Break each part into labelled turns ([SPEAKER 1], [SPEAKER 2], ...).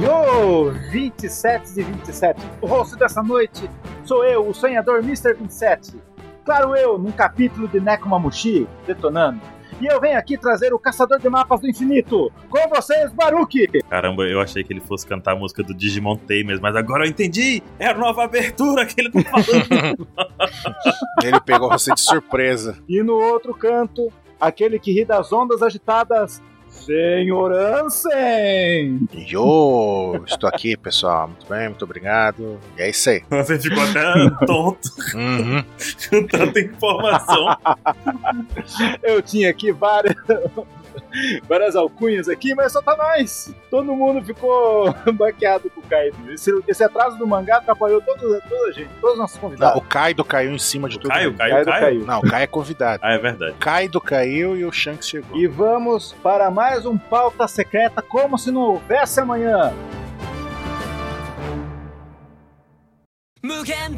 [SPEAKER 1] Yo, 27 e 27. O rosto dessa noite sou eu, o sonhador Mr. 27. Claro eu, num capítulo de Nekomamushi, detonando. E eu venho aqui trazer o Caçador de Mapas do Infinito. Com vocês, Baruki!
[SPEAKER 2] Caramba, eu achei que ele fosse cantar a música do Digimon Tamers, mas agora eu entendi! É a nova abertura que ele tá falando!
[SPEAKER 3] ele pegou você de surpresa.
[SPEAKER 1] E no outro canto, aquele que ri das ondas agitadas, Senhor Ansem!
[SPEAKER 3] Yo, estou aqui, pessoal. Muito bem, muito obrigado. E é isso aí.
[SPEAKER 2] Você ficou até tonto
[SPEAKER 3] Uhum.
[SPEAKER 2] com tanta informação.
[SPEAKER 1] Eu tinha aqui várias. Várias alcunhas aqui, mas só tá nós! Todo mundo ficou baqueado com o Kaido. Esse, esse atraso do mangá atrapalhou toda, toda a gente, todos os nossos
[SPEAKER 3] Não,
[SPEAKER 1] convidados.
[SPEAKER 3] o Kaido caiu em cima de tudo.
[SPEAKER 2] Caio, Caio,
[SPEAKER 1] Kaido
[SPEAKER 2] Caio.
[SPEAKER 1] caiu.
[SPEAKER 3] Não, o Caio é convidado.
[SPEAKER 2] Ah, é verdade.
[SPEAKER 3] Kaido caiu e o Shanks chegou.
[SPEAKER 1] E vamos para mais um pauta secreta, como se não houvesse amanhã.
[SPEAKER 4] 無限大の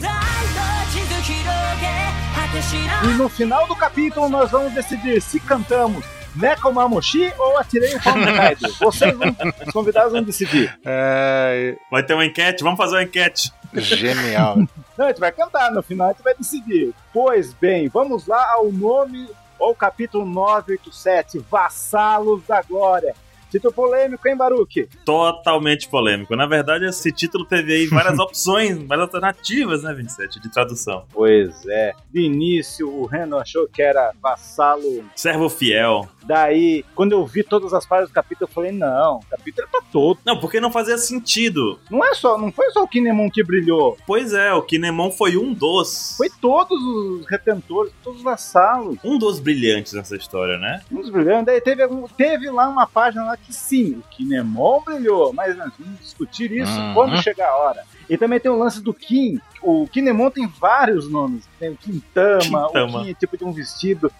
[SPEAKER 4] 地図広げ果てしな
[SPEAKER 1] E no final do capítulo nós vamos decidir se cantamos Nekomamushi ou Atirei o Pau no Kaido. Vocês vão, os convidados vão decidir.
[SPEAKER 3] É,
[SPEAKER 2] Vai ter uma enquete, vamos fazer uma enquete.
[SPEAKER 3] genial.
[SPEAKER 1] Não, a gente vai cantar, no final a gente vai decidir. Pois bem, vamos lá ao nome ou capítulo 987, Vassalos da Glória. Título polêmico, hein, Baruque?
[SPEAKER 2] Totalmente polêmico. Na verdade, esse título teve aí várias opções, várias alternativas, né, 27, de tradução.
[SPEAKER 1] Pois é. De início, o Renan achou que era vassalo
[SPEAKER 2] Servo fiel.
[SPEAKER 1] Daí, quando eu vi todas as partes do capítulo, eu falei, não, o capítulo é pra todo.
[SPEAKER 2] Não, porque não fazia sentido.
[SPEAKER 1] Não é só, não foi só o Kinemon que brilhou.
[SPEAKER 2] Pois é, o Kinemon foi um dos.
[SPEAKER 1] Foi todos os retentores, todos os vassalos.
[SPEAKER 2] Um dos brilhantes nessa história, né?
[SPEAKER 1] Uns brilhando. Um Daí teve, algum- teve lá uma página lá que sim, o Kinemon brilhou. Mas nós vamos discutir isso
[SPEAKER 3] Uhum.
[SPEAKER 1] quando chegar a hora. E também tem o lance do Kim. O Kinemon tem vários nomes. Tem o Quintama,
[SPEAKER 2] Quintama.
[SPEAKER 1] o Kim é tipo de um vestido.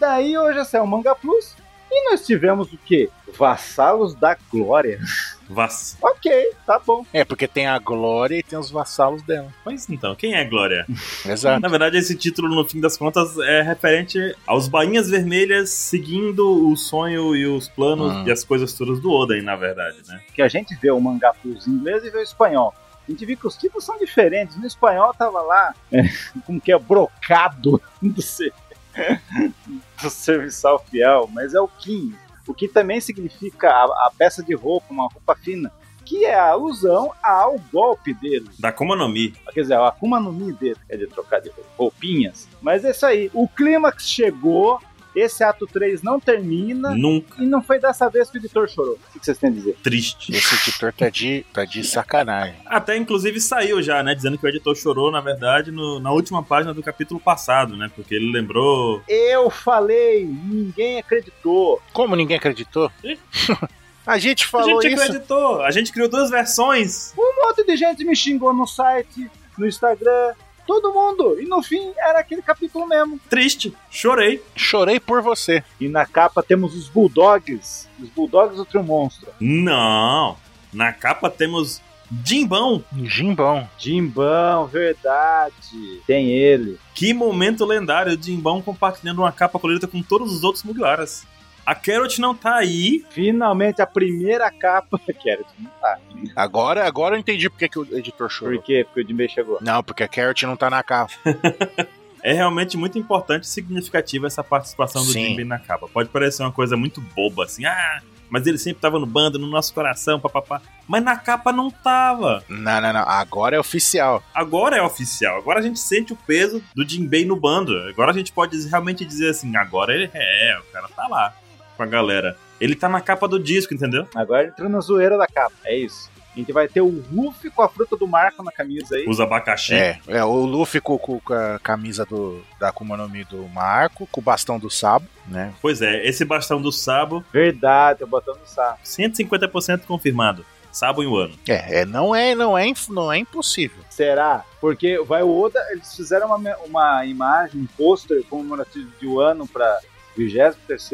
[SPEAKER 1] Daí hoje essa é o Manga Plus. E nós tivemos o quê? Vassalos da Glória.
[SPEAKER 2] Vass.
[SPEAKER 1] Ok, tá bom.
[SPEAKER 3] É, porque tem a Glória e tem os vassalos dela.
[SPEAKER 2] Mas então, quem é Glória?
[SPEAKER 3] Exato.
[SPEAKER 2] Na verdade, esse título, no fim das contas, é referente aos bainhas vermelhas seguindo o sonho e os planos
[SPEAKER 3] Ah.
[SPEAKER 2] e as coisas todas do Oden, na verdade, né?
[SPEAKER 1] que a gente vê o mangá plus em inglês e vê o espanhol. A gente viu que os títulos são diferentes. No espanhol tava lá, é, como que é, brocado do, ser, do serviçal fiel, mas é o Kim. O que também significa a, a peça de roupa, uma roupa fina, que é a alusão ao golpe dele.
[SPEAKER 2] Da Komanomi.
[SPEAKER 1] Quer dizer, a Akuma no Mi dele, é de trocar de roupinhas. Mas é isso aí. O clímax chegou, esse ato 3 não
[SPEAKER 3] Ah.
[SPEAKER 1] termina,
[SPEAKER 2] Nunca
[SPEAKER 1] e não foi dessa vez que o editor chorou. O que que vocês têm a dizer?
[SPEAKER 2] triste.
[SPEAKER 3] Esse editor tá de, tá de sacanagem.
[SPEAKER 2] Até inclusive saiu já, né? Dizendo que o editor chorou, na verdade, no- na última página do capítulo passado, né? Porque ele lembrou.
[SPEAKER 1] Eu falei, ninguém acreditou.
[SPEAKER 3] Como ninguém acreditou? a gente falou
[SPEAKER 2] a gente é
[SPEAKER 3] isso.
[SPEAKER 2] acreditou, a gente criou duas versões.
[SPEAKER 1] Um monte de gente me xingou no site, no Instagram, todo mundo. E no fim era aquele capítulo mesmo.
[SPEAKER 2] Triste. Chorei.
[SPEAKER 3] Chorei por você.
[SPEAKER 1] E na capa temos os Bulldogs. Os Bulldogs do Trio Monstro.
[SPEAKER 2] Não. Na capa temos Jimbão.
[SPEAKER 3] Jimbão.
[SPEAKER 1] Jimbão, verdade. Tem ele.
[SPEAKER 2] Que momento lendário. O Jimbão compartilhando uma capa colorida com todos os outros Mugiwaras. A Carrot não tá aí.
[SPEAKER 1] Finalmente a primeira capa. Quero te montar.
[SPEAKER 3] Agora, agora eu entendi porque que o editor chorou.
[SPEAKER 1] Por quê? Porque o Jimbei chegou.
[SPEAKER 3] Não, porque a Carrot não tá na capa.
[SPEAKER 2] É realmente muito importante e significativa essa participação do
[SPEAKER 3] Sim.
[SPEAKER 2] Jimbei na capa. Pode parecer uma coisa muito boba, assim. Ah, mas ele sempre tava no bando, no nosso coração, papapá. Mas na capa não tava.
[SPEAKER 3] Não, não, não. Agora é oficial.
[SPEAKER 2] Agora é oficial, agora a gente sente o peso do Jinbei no bando. Agora a gente pode dizer- realmente dizer assim, agora ele é, o cara tá lá com a galera. Ele tá na capa do disco, entendeu?
[SPEAKER 1] Agora entrou na zoeira da capa. É isso. A gente vai ter o Ruffy com a fruta do Marco na camisa aí.
[SPEAKER 2] Os abacaxi.
[SPEAKER 3] É, é o Luffy com, com- com a camisa do, da Akuma no Mi do Marco, com o bastão do Sabo, né?
[SPEAKER 2] Pois é, esse bastão do Sabo,
[SPEAKER 1] Verdade, eu botando o saco.
[SPEAKER 2] 150% confirmado. Sabo em um ano.
[SPEAKER 3] É, é, não é, não é, inf- não é impossível.
[SPEAKER 1] Será? Porque vai o Oda, eles fizeram uma, me- uma imagem, um pôster comemorativo de um ano para 23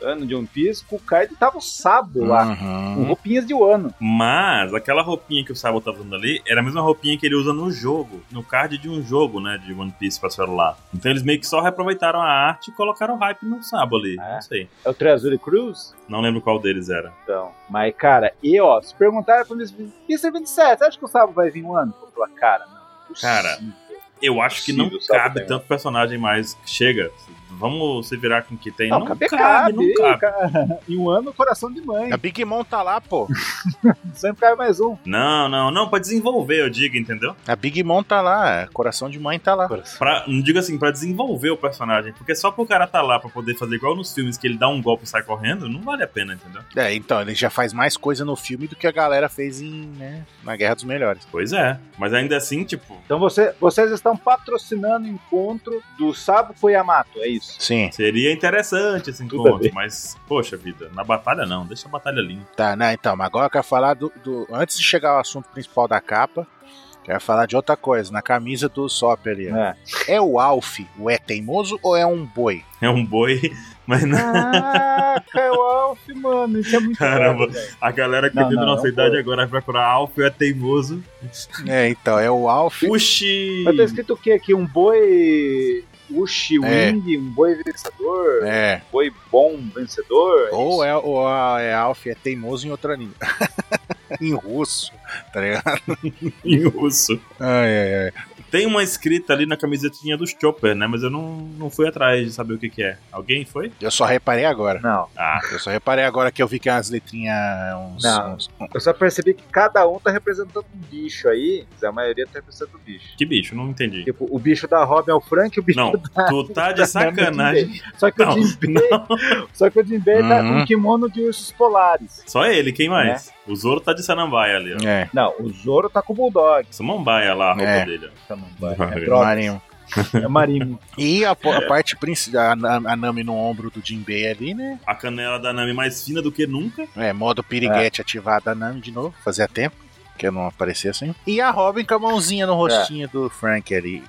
[SPEAKER 1] ano de One Piece, com o Kaido tava o Sabo lá, com
[SPEAKER 3] Uhum.
[SPEAKER 1] roupinhas de um Wano.
[SPEAKER 2] Mas aquela roupinha que o Sabo tá usando ali era a mesma roupinha que ele usa no jogo, no card de um jogo, né? De One Piece pra celular. Então eles meio que só reaproveitaram a arte e colocaram hype no Sabo ali.
[SPEAKER 1] É.
[SPEAKER 2] Não sei.
[SPEAKER 1] É o Treasure Cruz?
[SPEAKER 2] Não lembro qual deles era.
[SPEAKER 1] Então, mas cara, e ó, se perguntaram pra mim, Mr. 27, acha que o Sabo vai vir um ano? Eu falei, cara, não. é
[SPEAKER 2] Cara,
[SPEAKER 1] Impossível.
[SPEAKER 2] Eu acho que não
[SPEAKER 1] Possível, Sabo
[SPEAKER 2] cabe
[SPEAKER 1] tem. um.
[SPEAKER 2] tanto personagem mais. Chega. Vamos se virar com o que tem.
[SPEAKER 1] Não,
[SPEAKER 2] Não,
[SPEAKER 1] cabe,
[SPEAKER 2] cabe, não cabe.
[SPEAKER 1] cara. Em um ano, coração de mãe.
[SPEAKER 3] A Big Mom tá lá, pô.
[SPEAKER 1] Sempre cai mais um.
[SPEAKER 2] Não, não, não, pra desenvolver, eu digo, entendeu?
[SPEAKER 3] A Big Mom tá lá. é. Coração de mãe tá lá.
[SPEAKER 2] Pra, não digo assim, pra desenvolver o personagem. Porque só pro cara tá lá pra poder fazer igual nos filmes que ele dá um golpe e sai correndo, não vale a pena, entendeu?
[SPEAKER 3] É, então, ele já faz mais coisa no filme do que a galera fez em, né, na Guerra dos Melhores.
[SPEAKER 2] Pois é. Mas ainda assim, tipo,
[SPEAKER 1] Então você- vocês estão patrocinando o encontro do Sabo com o Yamato, é isso?
[SPEAKER 3] Sim,
[SPEAKER 2] Seria interessante esse
[SPEAKER 1] Tudo a
[SPEAKER 2] encontro,
[SPEAKER 1] ver.
[SPEAKER 2] mas, poxa vida, na batalha não, deixa a batalha limpa.
[SPEAKER 3] tá, né, então, mas agora eu quero falar do, do- Antes de chegar ao assunto principal da capa, quero falar de outra coisa, na camisa do Sop ali. ó.
[SPEAKER 1] É.
[SPEAKER 3] É o Alf o é teimoso ou é um boi?
[SPEAKER 2] É um boi, mas não-
[SPEAKER 1] Caraca, é o Alf, mano. Isso é muito
[SPEAKER 2] Caramba.
[SPEAKER 1] bom, velho.
[SPEAKER 2] a galera que
[SPEAKER 1] Não,
[SPEAKER 2] tem da
[SPEAKER 1] não,
[SPEAKER 2] nossa
[SPEAKER 1] é um
[SPEAKER 2] idade
[SPEAKER 1] boi.
[SPEAKER 2] agora vai procurar Alfio é teimoso.
[SPEAKER 3] É, então, é o Alf
[SPEAKER 2] Puxi!
[SPEAKER 1] Mas tá escrito o que aqui? Um boi. Ushi
[SPEAKER 3] É.
[SPEAKER 1] Wing, um boi vencedor,
[SPEAKER 3] É,
[SPEAKER 1] um boi bom vencedor.
[SPEAKER 3] ou é, ou a- é Alf é teimoso em outra língua. em russo, tá ligado?
[SPEAKER 2] Em russo.
[SPEAKER 3] Ai, ai, ai.
[SPEAKER 2] Tem uma escrita ali na camisetinha dos Chopper, né? Mas eu não, não fui atrás de saber o que, que é. Alguém foi?
[SPEAKER 3] Eu só reparei agora.
[SPEAKER 1] Não,
[SPEAKER 2] Ah,
[SPEAKER 3] Eu só reparei agora que eu vi que as letrinhas. Uns,
[SPEAKER 1] Não.
[SPEAKER 3] uns-
[SPEAKER 1] eu só percebi que cada um tá representando um bicho aí, mas a maioria tá representando um bicho.
[SPEAKER 2] que bicho, não entendi.
[SPEAKER 1] Tipo, o bicho da Robin é o Frank, o bicho
[SPEAKER 2] Não,
[SPEAKER 1] da... é
[SPEAKER 2] tu tá de sacanagem.
[SPEAKER 1] Só que
[SPEAKER 2] Não,
[SPEAKER 1] o Jinbei,
[SPEAKER 2] não.
[SPEAKER 1] só que o Jinbei tá
[SPEAKER 3] Uhum.
[SPEAKER 1] com um kimono de ursos polares.
[SPEAKER 2] Só ele, quem mais? O Zoro tá de Sanambaia ali, ó.
[SPEAKER 3] É,
[SPEAKER 1] Não, o Zoro tá com o Bulldog.
[SPEAKER 2] Samambaia lá, a roupa
[SPEAKER 3] É.
[SPEAKER 2] dele, ó.
[SPEAKER 1] É,
[SPEAKER 2] Drogas.
[SPEAKER 1] droga,
[SPEAKER 3] Marinho.
[SPEAKER 1] é marinho.
[SPEAKER 3] E a, po- a parte principal, a, Na- a Nami no ombro do Jinbei ali, né?
[SPEAKER 2] A canela da Nami mais fina do que nunca.
[SPEAKER 3] É, modo piriguete ativado da Nami de novo, fazia tempo. Que eu não aparecia assim. E a Robin com a mãozinha no rostinho do Frank ali.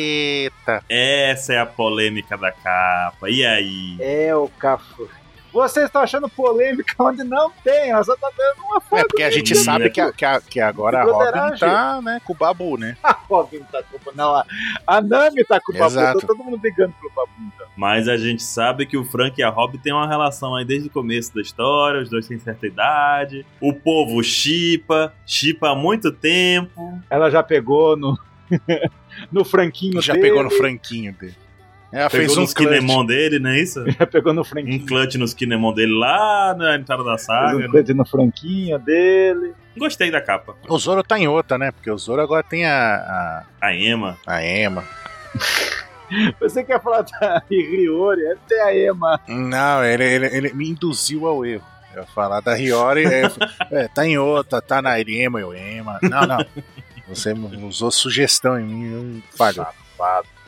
[SPEAKER 3] Eita!
[SPEAKER 2] Essa é a polêmica da capa. E aí?
[SPEAKER 1] É o Cafu. Vocês estão achando polêmica onde não tem, nós só tá dando uma foto.
[SPEAKER 3] É porque a gente
[SPEAKER 2] menino,
[SPEAKER 3] sabe
[SPEAKER 2] né?
[SPEAKER 3] que, a- que a- que agora a Robin tá, né, com o babu, né?
[SPEAKER 1] A Robin tá com não, a, a Nami tá com o Babu,
[SPEAKER 3] Exato.
[SPEAKER 1] tá todo mundo brigando pelo Babu. Então.
[SPEAKER 2] Mas a gente sabe que o Frank e a Robin têm uma relação aí desde o começo da história, os dois têm certa idade. O povo chipa, chipa há muito tempo.
[SPEAKER 1] Ela já pegou no no franquinho
[SPEAKER 3] Já
[SPEAKER 1] dele,
[SPEAKER 3] pegou no franquinho dele. Ela fez
[SPEAKER 2] Pegou
[SPEAKER 3] um
[SPEAKER 2] nos
[SPEAKER 3] clutch.
[SPEAKER 2] Kinemon dele, não é isso?
[SPEAKER 1] já pegou no franquinho,
[SPEAKER 2] Um clutch nos Kinemon dele lá na entrada da
[SPEAKER 3] Ah,
[SPEAKER 1] fez um
[SPEAKER 2] saga. né?
[SPEAKER 1] coisa no franquinho dele.
[SPEAKER 2] Gostei da capa.
[SPEAKER 3] O Zoro tá em outra, né? Porque o Zoro agora tem a,
[SPEAKER 2] A Emma.
[SPEAKER 3] a, a Emma.
[SPEAKER 1] Você quer falar da Riori, até a Ema.
[SPEAKER 3] Não, ele, ele, ele me induziu ao erro. Eu ia falar da Riori, é, é, tá em outra, tá na Irema, eu Ema. Não, não. Você usou sugestão em mim, eu falho.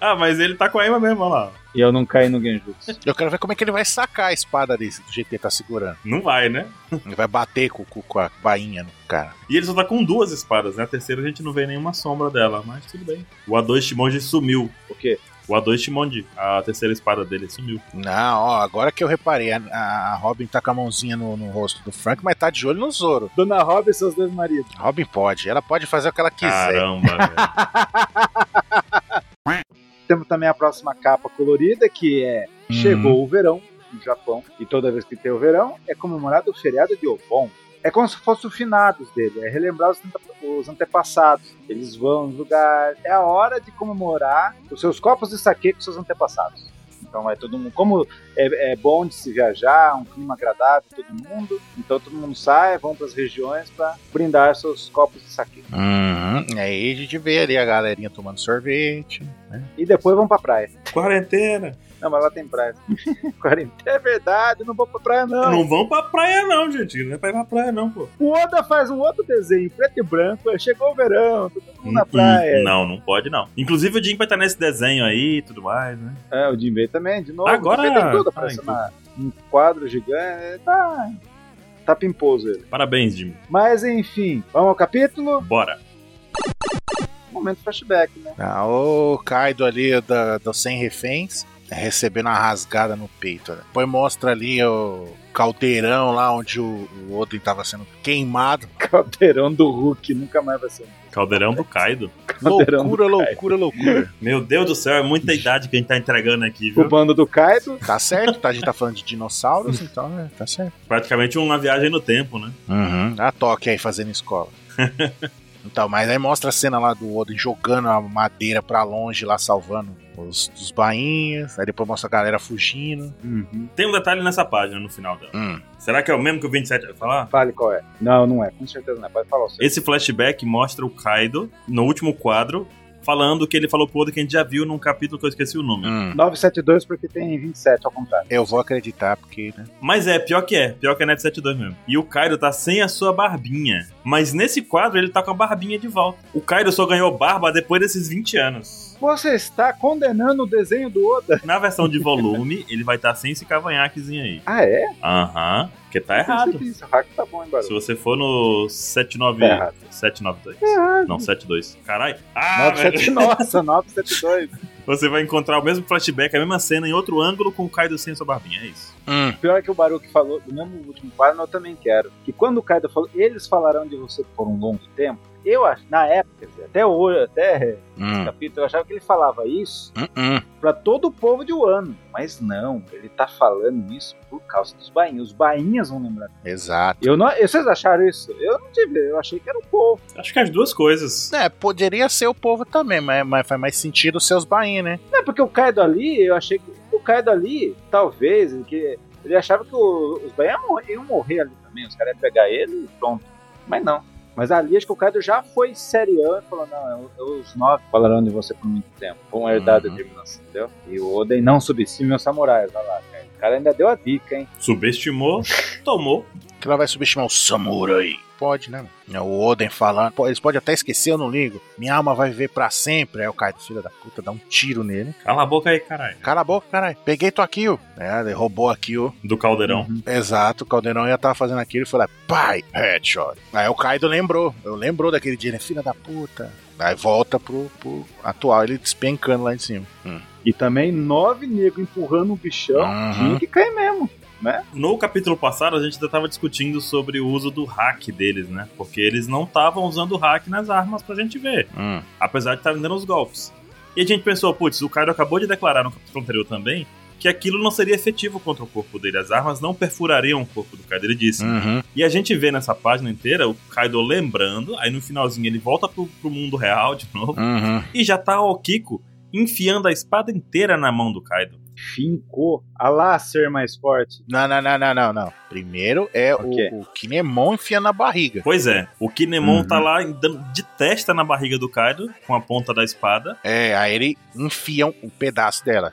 [SPEAKER 2] Ah, mas ele tá com a Emma mesmo, olha lá.
[SPEAKER 1] E eu não caí no Genjutsu.
[SPEAKER 3] Eu quero ver como é que ele vai sacar a espada desse do jeito que ele tá segurando.
[SPEAKER 2] Não vai, né?
[SPEAKER 3] Ele vai bater com, com- com a bainha no cara.
[SPEAKER 2] E ele só tá com duas espadas, né? A terceira a gente não vê nenhuma sombra dela, mas tudo bem. O A2 Shimonji sumiu.
[SPEAKER 1] O quê?
[SPEAKER 2] O A2 Shimonji, a terceira espada dele, sumiu.
[SPEAKER 3] Não, ó, agora que eu reparei, a, a- a Robin tá com a mãozinha no, no rosto do Frank, mas tá de olho no Zoro.
[SPEAKER 1] Dona Robin e seus dois maridos.
[SPEAKER 3] A Robin pode, ela pode fazer o que ela quiser.
[SPEAKER 2] Caramba, velho.
[SPEAKER 1] Temos também a próxima capa colorida, que é
[SPEAKER 3] Uhum.
[SPEAKER 1] Chegou o verão no Japão, e toda vez que tem o verão, é comemorado o feriado de Obon. É como se fosse o finados dele, é relembrar os, ante- os antepassados. Eles vão no lugar, é a hora de comemorar os seus copos de saque com seus antepassados. Então é todo mundo, como é, é bom de se viajar, um clima agradável todo mundo, então todo mundo sai, vão para as regiões para brindar seus copos de saque.
[SPEAKER 3] Uhum. Aí a gente vê ali a galerinha tomando sorvete.
[SPEAKER 1] E depois vão para praia.
[SPEAKER 2] Quarentena.
[SPEAKER 1] Não, mas lá tem praia. Quarentena é verdade, não vou pra praia não.
[SPEAKER 2] Não vão pra praia, não, gente. Não é pra ir pra praia, não, pô.
[SPEAKER 1] O Oda faz um outro desenho, preto e branco, é, chegou o verão, todo mundo na
[SPEAKER 2] Hum,
[SPEAKER 1] praia.
[SPEAKER 2] hum, Não, não pode, não. Inclusive o Jim vai estar nesse desenho aí e tudo mais, né?
[SPEAKER 1] É, o Jinbei também, de novo.
[SPEAKER 2] Agora-
[SPEAKER 1] O Jinbei tem tudo,
[SPEAKER 2] Ah,
[SPEAKER 1] aparece
[SPEAKER 2] então.
[SPEAKER 1] uma- um quadro gigante, é, tá, tá pimposo ele.
[SPEAKER 2] Parabéns, Jim.
[SPEAKER 1] Mas enfim, vamos ao capítulo,
[SPEAKER 2] Bora.
[SPEAKER 1] momento flashback, né?
[SPEAKER 3] Tá, o Kaido ali da, dos 100 reféns. recebendo uma rasgada no peito. Né? Depois mostra ali o caldeirão lá onde o, o Odin tava sendo queimado.
[SPEAKER 1] Caldeirão do Hulk, nunca mais vai ser.
[SPEAKER 2] Caldeirão do Kaido.
[SPEAKER 1] Caldeirão
[SPEAKER 3] loucura,
[SPEAKER 1] do Kaido.
[SPEAKER 3] loucura, loucura.
[SPEAKER 2] Meu Deus do céu, é muita idade que a gente tá entregando aqui,
[SPEAKER 1] O
[SPEAKER 2] viu?
[SPEAKER 1] bando do Kaido.
[SPEAKER 3] Tá certo, tá? A gente tá falando de dinossauros, então, né? Tá certo.
[SPEAKER 2] Praticamente uma viagem no tempo, né?
[SPEAKER 3] Uhum. A toque aí fazendo escola. Então, mas aí mostra a cena lá do Odin jogando a madeira pra longe, lá salvando os, os bainhas. Aí depois mostra a galera fugindo.
[SPEAKER 2] Tem um detalhe nessa página no final dela.
[SPEAKER 3] Hum.
[SPEAKER 2] Será que é o mesmo que o 27 vai falar?
[SPEAKER 1] Fale qual é. Não, não é. Com certeza não é. Pode falar o seu.
[SPEAKER 2] Esse flashback mostra o Kaido no último quadro falando o que ele falou pro outro que a gente já viu num capítulo que eu esqueci o nome.
[SPEAKER 3] Hum.
[SPEAKER 1] 972 porque tem 27 ao contrário.
[SPEAKER 3] Eu vou acreditar, porque. Né?
[SPEAKER 2] Mas é, pior que é. Pior que é Net 72 mesmo. E o Kaido tá sem a sua barbinha. Mas nesse quadro ele tá com a barbinha de volta. O Kaido só ganhou barba depois desses 20 anos.
[SPEAKER 1] Você está condenando o desenho do Oda?
[SPEAKER 2] Na versão de volume, ele vai estar tá sem esse cavanhaquezinho aí.
[SPEAKER 1] Ah, é?
[SPEAKER 2] Aham. Porque
[SPEAKER 1] Eu
[SPEAKER 2] tá
[SPEAKER 1] pensei
[SPEAKER 2] errado.
[SPEAKER 1] que Isso, hack tá bom, hein,
[SPEAKER 2] Se
[SPEAKER 1] barulho.
[SPEAKER 2] você for no 79...
[SPEAKER 1] Tá errado.
[SPEAKER 2] 792.
[SPEAKER 1] Ah,
[SPEAKER 2] Não, 72. Caralho. Ah, velho.
[SPEAKER 1] 97, nossa, 972.
[SPEAKER 2] Você vai encontrar o mesmo flashback, a mesma cena em outro ângulo com o Kaido sem sua barbinha, é isso.
[SPEAKER 3] Hum.
[SPEAKER 1] Pior é que o Baruch falou, do mesmo último quadro, eu também quero. Que quando o Kaido falou, eles falarão de você por um longo tempo. Eu acho, na época, até hoje, até esse
[SPEAKER 3] Hum.
[SPEAKER 1] capítulo, eu achava que ele falava isso
[SPEAKER 3] Hum, hum.
[SPEAKER 1] pra todo o povo de Wano. Mas não, ele tá falando isso por causa dos bainhas. Os bainhas vão lembrar.
[SPEAKER 3] Exato.
[SPEAKER 1] Eu não, vocês acharam isso? Eu não tive, eu achei que era um o povo.
[SPEAKER 2] Acho que as duas coisas.
[SPEAKER 3] É, poderia ser o povo também, mas, mas faz mais sentido ser os bainhas, né?
[SPEAKER 1] Não, é porque o Kaido ali, eu achei que o Kaido ali, talvez, ele que ele achava que o- os Bahia iam morrer, iam morrer ali também, os caras iam pegar ele e pronto. Mas não. Mas ali acho que o Kaido já foi serião e falou: não, eu- eu- os nove falarão de você por muito tempo. Vão herdar da
[SPEAKER 3] Uhum.
[SPEAKER 1] determinação, entendeu? E o Oden não subestime os samurais, olha lá, cara. O cara ainda deu a dica, hein?
[SPEAKER 2] Subestimou, tomou.
[SPEAKER 3] Que ela vai subestimar o samurai. Pode, né? mano? O Oden falando. pô, Eles podem até esquecer, eu não ligo. Minha alma vai viver pra sempre. Aí o Kaido, filho da puta, dá um tiro nele.
[SPEAKER 2] Cala a boca aí, caralho.
[SPEAKER 3] Cala a boca, caralho. Peguei tua kill. É, ele roubou a kill.
[SPEAKER 2] Do caldeirão.
[SPEAKER 1] Uhum.
[SPEAKER 3] Exato, o Caldeirão já tava fazendo aquilo e falou: pai, headshot. Aí o Kaido lembrou. Eu lembrou daquele dia, né? Filha da puta. Aí volta pro, pro atual, ele despencando lá em cima. Hum.
[SPEAKER 1] E também nove negros empurrando um
[SPEAKER 2] Então,
[SPEAKER 1] bichão.
[SPEAKER 3] Uhum.
[SPEAKER 1] Tinha que cair mesmo.
[SPEAKER 2] No capítulo passado, a gente ainda tava discutindo sobre o uso do hack deles, né? Porque eles não estavam usando o hack nas armas pra gente ver.
[SPEAKER 3] Hum.
[SPEAKER 2] Apesar de estarem dando os golpes. E a gente pensou, putz, o Kaido acabou de declarar no capítulo anterior também que aquilo não seria efetivo contra o corpo dele. As armas não perfurariam o corpo do Kaido. Ele disse.
[SPEAKER 3] Uhum.
[SPEAKER 2] E a gente vê nessa página inteira o Kaido lembrando, aí no finalzinho ele volta pro, pro mundo real de novo,
[SPEAKER 3] Uhum.
[SPEAKER 2] e já tá o Kiko enfiando a espada inteira na mão do Kaido.
[SPEAKER 1] Fincou. Alá, ser mais forte.
[SPEAKER 3] Não, não, não, não, não, não. Primeiro é
[SPEAKER 1] O quê?
[SPEAKER 3] o, o Kinemon enfiando na barriga.
[SPEAKER 2] Pois é, o Kinemon
[SPEAKER 1] Uhum.
[SPEAKER 2] tá lá dando de testa na barriga do Kaido, com a ponta da espada.
[SPEAKER 3] É, aí ele enfia um, um pedaço dela.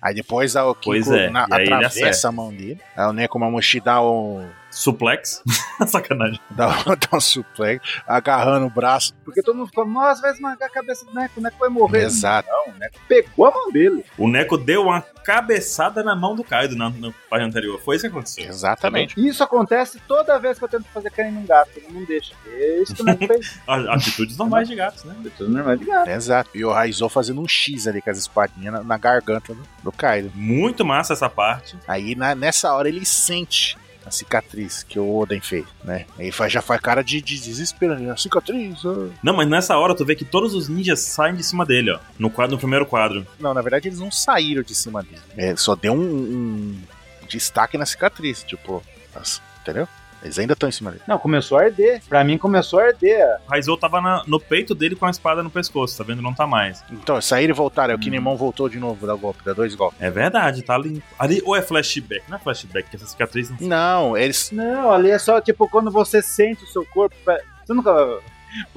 [SPEAKER 3] Aí depois a- o Kiko
[SPEAKER 2] Pois é,
[SPEAKER 3] na-
[SPEAKER 2] e aí ele
[SPEAKER 3] atravessa
[SPEAKER 2] acerta.
[SPEAKER 3] a mão dele. Aí o Nekomamushi dá um,
[SPEAKER 2] Suplex. Sacanagem.
[SPEAKER 3] dá, um- dá um suplex, agarrando o braço.
[SPEAKER 1] Porque todo mundo ficou, nossa, vai esmagar a cabeça do Neco, o Neco vai morrer.
[SPEAKER 3] Exato.
[SPEAKER 1] Não, o Neco pegou a mão dele.
[SPEAKER 2] O Neko deu uma cabeçada na mão do Kaido na, na página anterior. Foi isso que aconteceu.
[SPEAKER 3] É. Exatamente.
[SPEAKER 1] Isso acontece toda vez que eu tento fazer carinho num gato, ele não deixa. É isso que o Neco fez.
[SPEAKER 2] A- Atitudes normais de gatos, né?
[SPEAKER 1] É tudo normal de gato.
[SPEAKER 3] Exato. E o Raizou fazendo um X ali com as espadinhas na, na garganta do, do Kaido.
[SPEAKER 2] Muito massa essa parte.
[SPEAKER 3] Aí na- nessa hora ele sente a cicatriz que o Oden fez, né? Aí faz, já faz cara de, de desespero. né? A cicatriz. ah.
[SPEAKER 2] Não, mas nessa hora tu vê que todos os ninjas saem de cima dele, ó. No quadro, no primeiro quadro.
[SPEAKER 3] Não, na verdade eles não saíram de cima dele. É, só deu um, um destaque na cicatriz. Tipo, as- entendeu? Eles ainda estão em cima dele.
[SPEAKER 1] Não, começou a arder. Pra mim começou a arder.
[SPEAKER 2] O Raizou tava na- no peito dele com a espada no pescoço, tá vendo? Não tá mais.
[SPEAKER 3] Então, saíram e voltaram. Aí
[SPEAKER 1] Hum.
[SPEAKER 3] O Kinemon voltou de novo, dá golpe, dá dois golpes.
[SPEAKER 2] É verdade, tá ali. Ali, ou é flashback? Não é flashback, que essa cicatriz não.
[SPEAKER 3] Não, eles.
[SPEAKER 1] Não, ali é só tipo quando você sente o seu corpo. pra- Você nunca.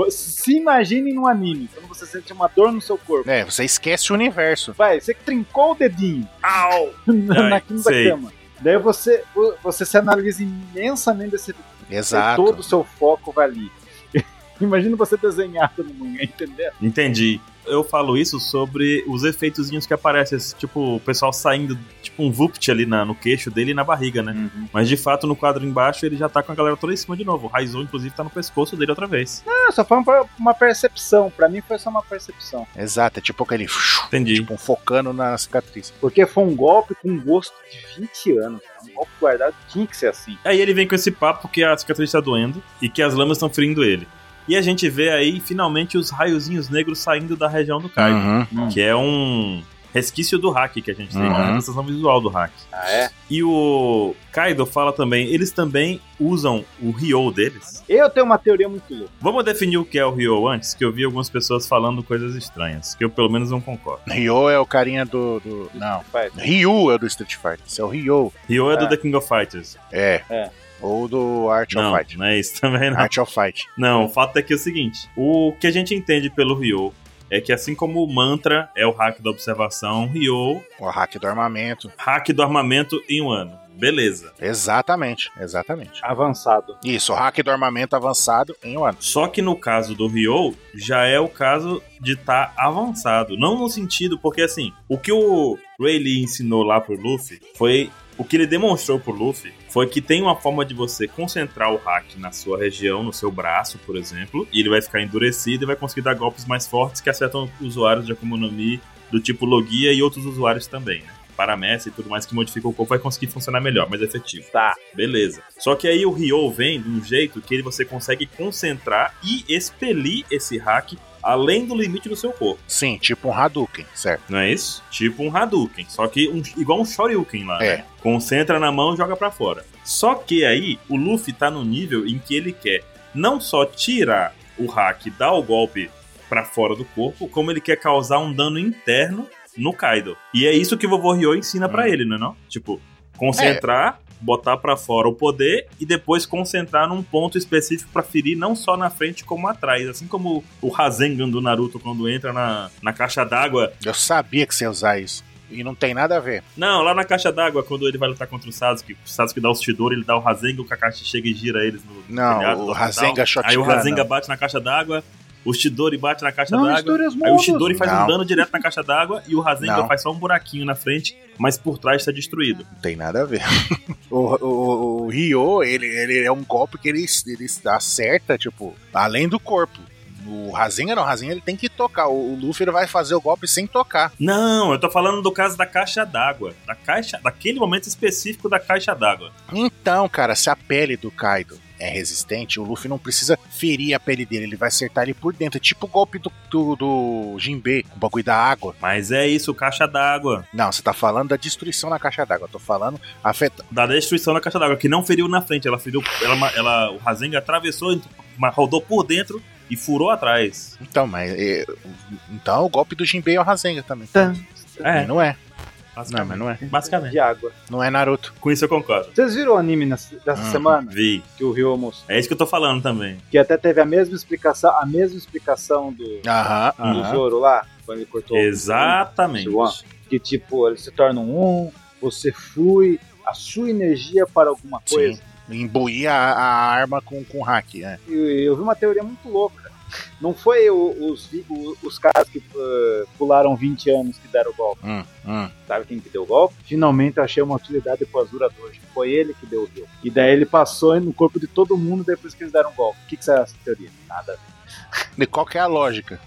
[SPEAKER 1] Se imagine num anime, quando você sente uma dor no seu corpo.
[SPEAKER 3] É, você esquece o universo.
[SPEAKER 1] Vai, você trincou o dedinho
[SPEAKER 2] Au!
[SPEAKER 1] na,
[SPEAKER 2] Ai,
[SPEAKER 1] na quina da
[SPEAKER 2] sei.
[SPEAKER 1] cama. Daí você, você se analisa imensamente desse
[SPEAKER 3] Exato.
[SPEAKER 1] todo o seu foco vai ali. Imagina você desenhar todo mundo, entendeu?
[SPEAKER 2] Entendi. Eu falo isso sobre os efeitozinhos que aparecem, esse, tipo, o pessoal saindo, tipo um vupt ali na- no queixo dele e na barriga, né? Mas de fato, no quadro embaixo, ele já tá com a galera toda em cima de novo. O Raizou, inclusive, tá no pescoço dele outra vez.
[SPEAKER 1] Ah, só foi uma, uma percepção. Pra mim foi só uma percepção.
[SPEAKER 3] Exato, é tipo aquele.
[SPEAKER 2] Entendi.
[SPEAKER 3] Tipo um focando na cicatriz.
[SPEAKER 1] Porque foi um golpe com gosto de 20 anos. cara. Um golpe guardado tinha que ser assim.
[SPEAKER 2] Aí ele vem com esse papo que a cicatriz tá doendo e que as lamas estão ferindo ele. E a gente vê aí, finalmente, os raiozinhos negros saindo da região do Kaido.
[SPEAKER 3] Uhum.
[SPEAKER 2] Que é um resquício do hack que a gente tem,
[SPEAKER 3] Uhum.
[SPEAKER 2] uma representação visual do hack.
[SPEAKER 1] Ah, é?
[SPEAKER 2] E o Kaido fala também, eles também usam o Ryo deles.
[SPEAKER 1] Eu tenho uma teoria muito louca.
[SPEAKER 2] Vamos definir o que é o Ryo antes, que eu vi algumas pessoas falando coisas estranhas, que eu pelo menos não concordo.
[SPEAKER 3] Ryo é o carinha do. do- Não.
[SPEAKER 1] Faz.
[SPEAKER 3] Ryu é o do Street Fighter. Esse é o Ryo.
[SPEAKER 2] Ryo é, do
[SPEAKER 1] Ah.
[SPEAKER 2] The King of Fighters.
[SPEAKER 3] É.
[SPEAKER 1] É.
[SPEAKER 3] Ou do Art
[SPEAKER 2] não,
[SPEAKER 3] of Fight.
[SPEAKER 2] não é isso também não.
[SPEAKER 3] Art of Fight.
[SPEAKER 2] Não, o fato é que é o seguinte, o que a gente entende pelo Ryo é que assim como o mantra é o hack da observação, Ryo,
[SPEAKER 3] O hack do armamento.
[SPEAKER 2] hack do armamento em um ano. Beleza.
[SPEAKER 3] Exatamente, exatamente.
[SPEAKER 1] Avançado.
[SPEAKER 3] Isso, o hack do armamento avançado em um ano.
[SPEAKER 2] Só que no caso do Ryo, já é o caso de estar avançado. Não no sentido, porque assim, o que o Ray Lee ensinou lá pro Luffy foi. O que ele demonstrou pro Luffy foi que tem uma forma de você concentrar o hack na sua região, no seu braço, por exemplo, e ele vai ficar endurecido e vai conseguir dar golpes mais fortes que acertam usuários de Akuma no Mi do tipo Logia e outros usuários também, né? Paramessa e tudo mais que modifica o corpo vai conseguir funcionar melhor, mais efetivo.
[SPEAKER 1] Tá.
[SPEAKER 2] Beleza. Só que aí o Ryo vem de um jeito que ele- você consegue concentrar e expelir esse hack além do limite do seu corpo.
[SPEAKER 3] Sim, tipo um Hadouken, certo?
[SPEAKER 2] Não é isso? Tipo um Hadouken. Só que um- igual um Shoryuken lá.
[SPEAKER 3] É.
[SPEAKER 2] Né? Concentra na mão e joga pra fora. Só que aí o Luffy tá no nível em que ele quer não só tirar o hack, dar o golpe pra fora do corpo, como ele quer causar um dano interno no Kaido. E é isso que o vovô Ryo ensina pra
[SPEAKER 3] Hum. É.
[SPEAKER 2] ele, não é não? Tipo, concentrar, botar pra fora o poder e depois concentrar num ponto específico pra ferir não só na frente como atrás, assim como o Rasengan do Naruto quando entra na, na caixa d'água.
[SPEAKER 3] Eu sabia que você ia usar isso. E não tem nada a ver.
[SPEAKER 2] Não, lá na caixa d'água quando ele vai lutar contra o Sasuke, o Sasuke dá o Shidori, ele dá o Rasengan, o Kakashi chega e gira eles no
[SPEAKER 3] Não,
[SPEAKER 2] telhado do
[SPEAKER 3] o
[SPEAKER 2] hospital.
[SPEAKER 3] Rasengan é shotgun.
[SPEAKER 2] Aí o Rasengan
[SPEAKER 3] não.
[SPEAKER 2] bate na caixa d'água, o Shidori bate na caixa
[SPEAKER 1] Não
[SPEAKER 2] d'água.
[SPEAKER 1] misture os
[SPEAKER 2] Aí o
[SPEAKER 1] mundos.
[SPEAKER 2] Shidori faz
[SPEAKER 3] Não.
[SPEAKER 2] um dano direto na caixa d'água e o Rasengan
[SPEAKER 3] Não.
[SPEAKER 2] faz só um buraquinho na frente, mas por trás está destruído.
[SPEAKER 3] Não tem nada a ver. o, o, o Ryo, ele, ele é um golpe que ele, ele acerta, tipo, além do corpo. O Rasengan não, o Rasengan ele tem que tocar. O, o Luffy ele vai fazer o golpe sem tocar.
[SPEAKER 2] Não, eu tô falando do caso da caixa d'água. Da caixa, daquele momento específico da caixa d'água.
[SPEAKER 3] Então, cara, se a pele do Kaido é resistente, o Luffy não precisa ferir a pele dele, ele vai acertar ele por dentro. É tipo o golpe do, do, do Jinbe, o bagulho da água.
[SPEAKER 2] Mas é isso, caixa d'água.
[SPEAKER 3] Não, você tá falando da destruição na caixa d'água. Eu tô falando afeta.
[SPEAKER 2] Da destruição da caixa d'água, que não feriu na frente. Ela feriu. Ela, ma- ela- o Rasengan atravessou, ent- ma- rodou por dentro e furou atrás.
[SPEAKER 3] Então, mas. é, então o golpe do Jinbe é o Rasengan também.
[SPEAKER 1] Tá.
[SPEAKER 3] E Não é. Não,
[SPEAKER 2] basicamente.
[SPEAKER 3] mas não é.
[SPEAKER 2] Basicamente.
[SPEAKER 1] De água.
[SPEAKER 3] Não é Naruto.
[SPEAKER 2] Com isso eu concordo.
[SPEAKER 1] Vocês viram o anime nas- dessa
[SPEAKER 3] Hum.
[SPEAKER 1] semana
[SPEAKER 2] Vi.
[SPEAKER 1] que o Ryo mostrou?
[SPEAKER 2] É isso que eu tô falando também.
[SPEAKER 1] Que até teve a mesma explicação, a mesma explicação do,
[SPEAKER 3] Aham.
[SPEAKER 1] do
[SPEAKER 3] aham.
[SPEAKER 1] Zoro lá, quando ele cortou. o-
[SPEAKER 2] Exatamente.
[SPEAKER 1] Suan. Que tipo, eles se tornam um, você flui a sua energia para alguma
[SPEAKER 3] Sim.
[SPEAKER 1] coisa.
[SPEAKER 3] Imbuir a, a arma com, com hack, né?
[SPEAKER 1] E eu vi uma teoria muito louca. cara. Não foi o- os, vi- o- os caras que eh, pularam 20 anos que deram o golpe.
[SPEAKER 3] Hum, hum.
[SPEAKER 1] Sabe quem que deu o golpe? Finalmente eu achei uma utilidade pro Azura hoje. Foi ele que deu o golpe. E daí ele passou no corpo de todo mundo depois que eles deram o golpe. O que, que será essa teoria? Nada. a ver.
[SPEAKER 3] E qual que é a lógica?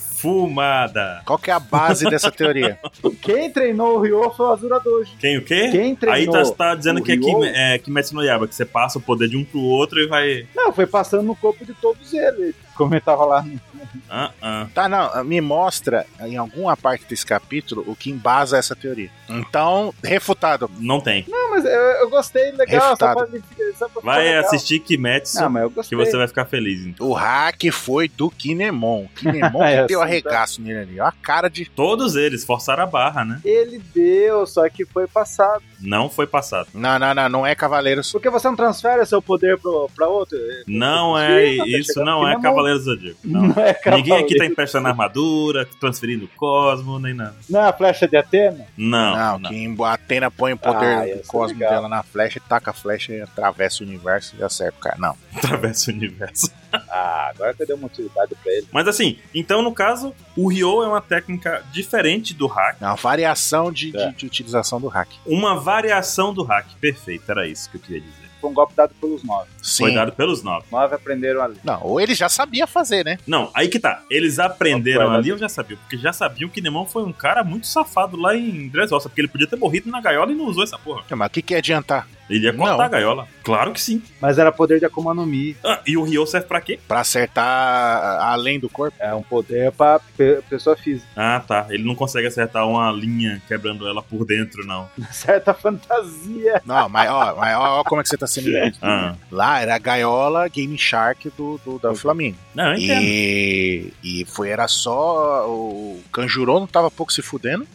[SPEAKER 2] Fumada.
[SPEAKER 3] Qual que é a base dessa teoria?
[SPEAKER 1] Quem treinou o Ryo foi o Azura Dojo.
[SPEAKER 2] Quem o quê?
[SPEAKER 1] Quem
[SPEAKER 2] Aí
[SPEAKER 1] treinou?
[SPEAKER 2] tá, você tá dizendo
[SPEAKER 1] o
[SPEAKER 2] que é,
[SPEAKER 1] Ryo?
[SPEAKER 2] Kim, é Kimetsu no Yaba, que você passa o poder de um pro outro e vai.
[SPEAKER 1] Não, foi passando no corpo de todos eles. Como ele tava lá. né? no-
[SPEAKER 2] Ah, ah.
[SPEAKER 3] Tá, não. Me mostra em alguma parte desse capítulo o que embasa essa teoria. Então, refutado.
[SPEAKER 2] Não tem.
[SPEAKER 1] Não, mas eu, eu gostei, legal. Só
[SPEAKER 3] Refutado.
[SPEAKER 1] pra, só pra ficar
[SPEAKER 2] Vai
[SPEAKER 1] legal.
[SPEAKER 2] assistir Kimetsu
[SPEAKER 1] Não, mas eu
[SPEAKER 2] que
[SPEAKER 1] gostei.
[SPEAKER 2] você vai ficar feliz. então.
[SPEAKER 3] O hack foi do Kinemon. O Kinemon que
[SPEAKER 1] É,
[SPEAKER 3] deu
[SPEAKER 1] sim,
[SPEAKER 3] arregaço nele ali. Ó, a cara de.
[SPEAKER 2] Todos eles forçaram a barra, né?
[SPEAKER 1] Ele deu, só que foi passado.
[SPEAKER 2] Não foi passado.
[SPEAKER 3] Não, não, não, não é Cavaleiros.
[SPEAKER 1] Porque você não transfere seu poder pro, pra outro?
[SPEAKER 2] Não é
[SPEAKER 1] Sim, tá
[SPEAKER 2] isso,
[SPEAKER 1] chegando
[SPEAKER 2] não
[SPEAKER 1] aqui
[SPEAKER 2] é
[SPEAKER 1] na
[SPEAKER 2] Cavaleiro do Zodíaco. Não.
[SPEAKER 1] é
[SPEAKER 2] Ninguém aqui tá
[SPEAKER 1] cavaleiro.
[SPEAKER 2] emprestando armadura, transferindo cosmo, nem nada.
[SPEAKER 1] Não é a flecha de Atena?
[SPEAKER 2] Não,
[SPEAKER 3] Não,
[SPEAKER 2] não.
[SPEAKER 3] que a Atena põe o poder
[SPEAKER 1] Ah,
[SPEAKER 3] do
[SPEAKER 1] essa é
[SPEAKER 3] cosmo
[SPEAKER 1] legal.
[SPEAKER 3] dela na flecha, taca a flecha e atravessa atravessa o universo e acerta o cara. Não.
[SPEAKER 2] atravessa o universo.
[SPEAKER 1] Ah, agora que eu dei uma utilidade pra ele.
[SPEAKER 2] Mas assim, então no caso, o Ryo é uma técnica diferente do hack,
[SPEAKER 3] É uma variação de,
[SPEAKER 1] É.
[SPEAKER 3] de- de utilização do hack.
[SPEAKER 2] uma variação do hack. Perfeito, era isso que eu queria dizer.
[SPEAKER 1] Foi um golpe dado pelos nove.
[SPEAKER 3] Sim.
[SPEAKER 2] Foi dado pelos nove.
[SPEAKER 1] Nove aprenderam a ler.
[SPEAKER 3] Não, ou ele já sabia fazer, né?
[SPEAKER 2] Não, aí que tá. Eles aprenderam
[SPEAKER 1] Vai,
[SPEAKER 2] ali, eu já sabia. Porque já sabiam que Nemão foi um cara muito safado lá em Dressrosa. Porque ele podia ter morrido na gaiola e não usou essa porra.
[SPEAKER 3] Mas o que, que ia adiantar?
[SPEAKER 2] Ele ia cortar
[SPEAKER 3] Não.
[SPEAKER 2] a gaiola. Claro que sim.
[SPEAKER 1] Mas era poder de Akuma no Mi.
[SPEAKER 2] Ah, e o Ryo serve pra quê?
[SPEAKER 3] Pra acertar além do corpo?
[SPEAKER 1] É um poder pra pe- pessoa física.
[SPEAKER 2] Ah, tá. Ele não consegue acertar uma linha quebrando ela por dentro, não.
[SPEAKER 1] Certa fantasia.
[SPEAKER 3] Não, mas ó, mas ó, ó como é que você tá sendo iludido.
[SPEAKER 2] Ah.
[SPEAKER 3] Lá era a gaiola Game Shark do, do da Flamengo.
[SPEAKER 2] Não, eu entendo.
[SPEAKER 3] E, e foi, era só. O Canjurou não tava pouco se fudendo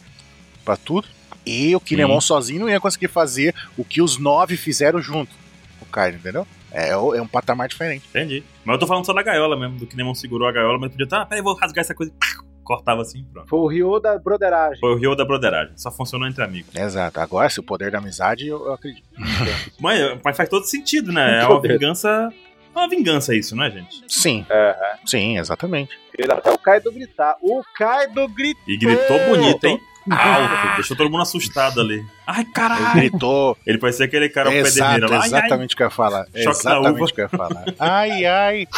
[SPEAKER 3] pra tudo. E o Kinemon sozinho não ia conseguir fazer o que os nove fizeram junto. O cara, entendeu? É, o- é um patamar diferente.
[SPEAKER 2] Entendi. Mas eu tô falando só da gaiola mesmo, do que Nemão segurou a gaiola, mas podia estar. Ah, peraí, vou rasgar essa coisa. Cortava assim, pronto.
[SPEAKER 1] Foi o Ryo da broderagem.
[SPEAKER 2] Foi o Ryo da broderagem. Só funcionou entre amigos.
[SPEAKER 3] Exato. Agora, se o poder da amizade, eu, eu acredito.
[SPEAKER 2] Mas, mas faz todo sentido, né? É
[SPEAKER 1] Meu
[SPEAKER 2] uma
[SPEAKER 1] Deus.
[SPEAKER 2] vingança. É uma vingança isso, né, gente?
[SPEAKER 3] Sim,
[SPEAKER 1] É,
[SPEAKER 3] sim, exatamente.
[SPEAKER 1] ele até o Kaido gritar. O Kaido gritou.
[SPEAKER 2] E gritou bonito, hein?
[SPEAKER 3] Ah!
[SPEAKER 2] Alto. Deixou todo mundo assustado ali. Ai, caralho.
[SPEAKER 3] Gritou.
[SPEAKER 2] Ele parecia aquele cara
[SPEAKER 3] É
[SPEAKER 2] pederneiro
[SPEAKER 3] exato,
[SPEAKER 2] lá. Ai, ai.
[SPEAKER 3] exatamente o que eu ia falar. É
[SPEAKER 2] Choque na
[SPEAKER 3] exatamente
[SPEAKER 2] uva.
[SPEAKER 3] o que eu ia falar. Ai, ai.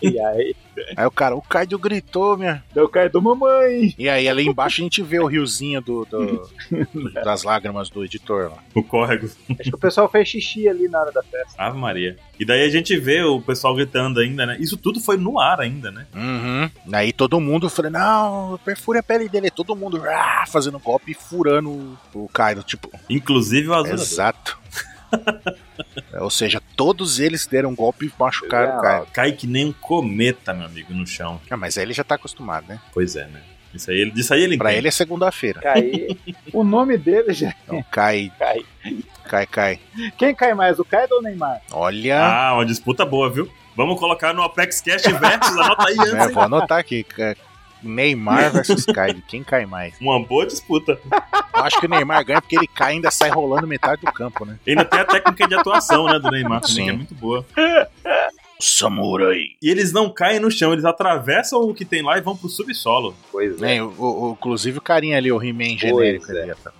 [SPEAKER 1] E aí?
[SPEAKER 3] Aí o cara, o Kaido gritou, minha.
[SPEAKER 1] Daí o Kaido, mamãe.
[SPEAKER 3] E aí ali embaixo a gente vê o riozinho do, do- das lágrimas do editor lá.
[SPEAKER 2] O córrego.
[SPEAKER 1] Acho que o pessoal fez xixi ali na hora da festa.
[SPEAKER 2] Ave Maria. E daí a gente vê o pessoal gritando ainda, né? Isso tudo foi no ar ainda, né?
[SPEAKER 3] Uhum. Aí todo mundo falando, não, perfure a pele dele. Todo mundo ah, fazendo golpe e furando o- o Kaido. Tipo,
[SPEAKER 2] Inclusive o azul.
[SPEAKER 3] exato. É, Ou seja, todos eles deram um golpe e machucaram o Kaido.
[SPEAKER 2] Cai que nem um cometa, meu amigo, no chão.
[SPEAKER 3] Ah, mas aí ele já tá acostumado, né?
[SPEAKER 2] Pois é, né? Isso aí, ele- disso aí ele
[SPEAKER 3] Pra
[SPEAKER 2] entende.
[SPEAKER 3] ele é segunda-feira.
[SPEAKER 1] Caí. o nome dele já.
[SPEAKER 3] Então cai,
[SPEAKER 1] Cai.
[SPEAKER 3] cai, cai.
[SPEAKER 1] Quem cai mais, o Kaido ou o Neymar?
[SPEAKER 3] Olha.
[SPEAKER 2] Ah, uma disputa boa, viu? Vamos colocar no Apex Cash versus, anota aí
[SPEAKER 3] né,
[SPEAKER 2] antes. hein?
[SPEAKER 3] vou anotar aqui. ca- Neymar versus Kaido. Quem cai mais?
[SPEAKER 2] Uma boa disputa.
[SPEAKER 3] Eu acho que o Neymar ganha porque ele cai e ainda sai rolando metade do campo, né?
[SPEAKER 2] Ainda tem a técnica de atuação, né, do Neymar também,
[SPEAKER 3] Sim.
[SPEAKER 2] que é muito boa.
[SPEAKER 3] Samurai.
[SPEAKER 2] E eles não caem no chão, eles atravessam o que tem lá e vão pro subsolo.
[SPEAKER 1] Pois é.
[SPEAKER 3] Né, o, o- o- inclusive o carinha ali, o He-Man genérico.
[SPEAKER 1] Pois é.
[SPEAKER 3] ali, tá?